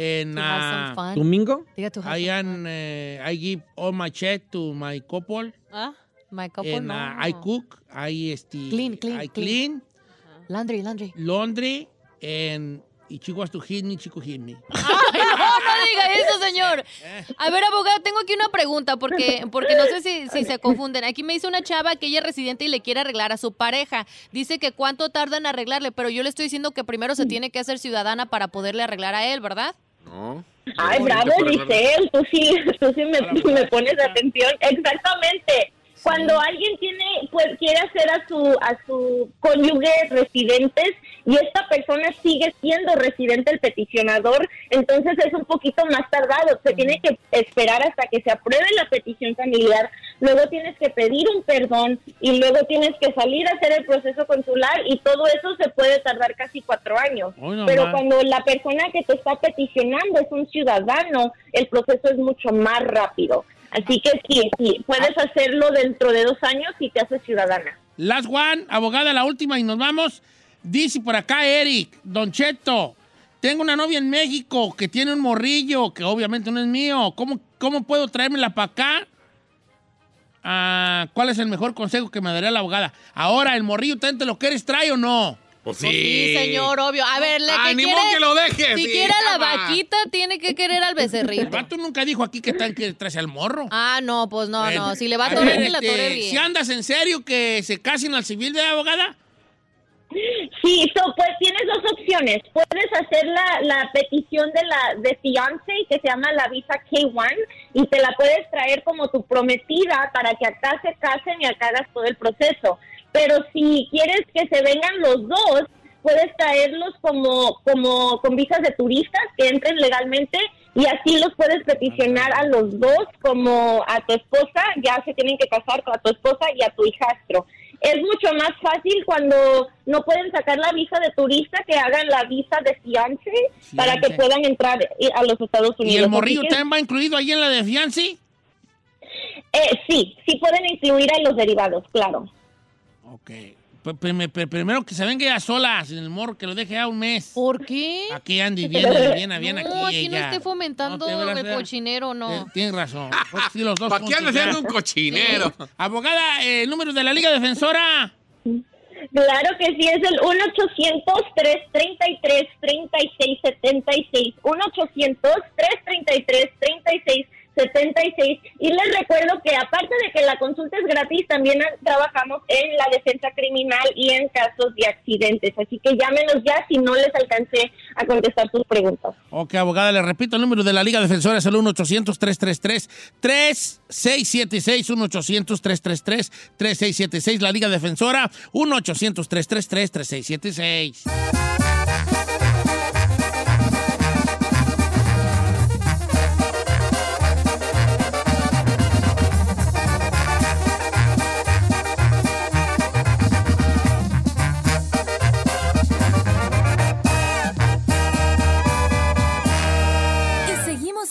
S2: Eh, have some
S1: uh,
S2: fun.
S4: ¿Domingo?
S2: Diga tu
S1: I am, eh, I give all my check to my couple.
S2: Ah, my couple,
S1: And,
S2: no.
S1: uh, I cook, I este,
S2: Clean, clean,
S1: I
S2: clean.
S1: clean,
S2: Laundry, laundry.
S1: laundry, and if she wants to hit me, she could hit me.
S2: Ay, no, no diga eso, señor. A ver, abogado, tengo aquí una pregunta porque, porque no sé si, si se confunden. Aquí me dice una chava que ella es residente y le quiere arreglar a su pareja. Dice que cuánto tarda en arreglarle, pero yo le estoy diciendo que primero se tiene que hacer ciudadana para poderle arreglar a él, ¿verdad?
S3: No.
S11: Ay, bravo, Giselle, tú sí, tú sí me, me pones atención. Exactamente. Cuando alguien tiene, pues quiere hacer a su, a su cónyuge residentes y esta persona sigue siendo residente el peticionador, entonces es un poquito más tardado. Se tiene que esperar hasta que se apruebe la petición familiar, luego tienes que pedir un perdón y luego tienes que salir a hacer el proceso consular y todo eso se puede tardar casi cuatro años.
S1: Hoy no
S11: Pero
S1: más.
S11: cuando la persona que te está peticionando es un ciudadano, el proceso es mucho más rápido. Así que sí, sí, puedes hacerlo dentro de dos años y te haces ciudadana.
S1: Last one, abogada, la última y nos vamos. Dice por acá Eric, Don Cheto, tengo una novia en México que tiene un morrillo, que obviamente no es mío. ¿Cómo, cómo puedo traérmela para acá? Ah, ¿Cuál es el mejor consejo que me daría la abogada? Ahora, ¿el morrillo te lo quieres traer o no?
S3: Pues
S2: Sí, señor, obvio. A ver, le
S1: Ah,
S2: que
S1: ni
S2: quiere,
S1: modo que lo dejes,
S2: Si
S1: sí,
S2: quiere a la
S1: chava.
S2: vaquita, tiene que querer al
S1: El
S2: becerrito.
S1: vato nunca dijo aquí que tal que traes al morro.
S2: Ah, no, pues no,
S1: Bueno,
S2: no. Si le va a
S1: ver,
S2: torear, que la
S1: este,
S2: tore bien.
S1: Si andas en serio que se casen al civil de la abogada,
S11: Sí, so, pues tienes dos opciones. Puedes hacer la, la petición de la de fiance que se llama la visa K1 y te la puedes traer como tu prometida para que acá se casen y acá hagas todo el proceso. Pero si quieres que se vengan los dos, puedes traerlos como como con visas de turistas que entren legalmente y así los puedes peticionar a los dos como a tu esposa, ya se tienen que casar con a tu esposa y a tu hijastro es mucho más fácil cuando no pueden sacar la visa de turista que hagan la visa de fiance para que puedan entrar eh, a los Estados Unidos.
S1: ¿y el
S11: Así
S1: morrillo
S11: que,
S1: también va incluido ahí en la de fianza?
S11: eh, sí, sí pueden incluir a los derivados, claro.
S1: Ok. Pe- pe- pe- Primero que se venga ella sola, sin el morro, que lo deje a un mes.
S2: ¿Por qué?
S1: Aquí Andy viene, viene, viene
S2: No,
S1: aquí
S2: aquí no
S1: ella.
S2: esté fomentando
S1: No, te verás,
S2: el
S1: verás.
S2: cochinero, no.
S1: Eh, Tienes razón. Sí, los dos
S3: ¿Para Ah, qué
S1: juntos
S3: andas
S1: ya.
S3: haciendo un cochinero?
S1: Sí. Abogada, eh, el número de la Liga Defensora.
S11: Claro que sí, es el 1-800-333-3676. 1-800-333-3676. Y les recuerdo que aparte de que la consulta es gratis, también trabajamos en la defensa criminal y en casos de accidentes. Así que llámenos ya si no les alcancé a contestar sus preguntas.
S1: Ok, abogada, le repito, el número de la Liga Defensora es el 1-800-333-3676, 1-800-333-3676, la Liga Defensora, 1-800-333-3676.
S8: Y seguimos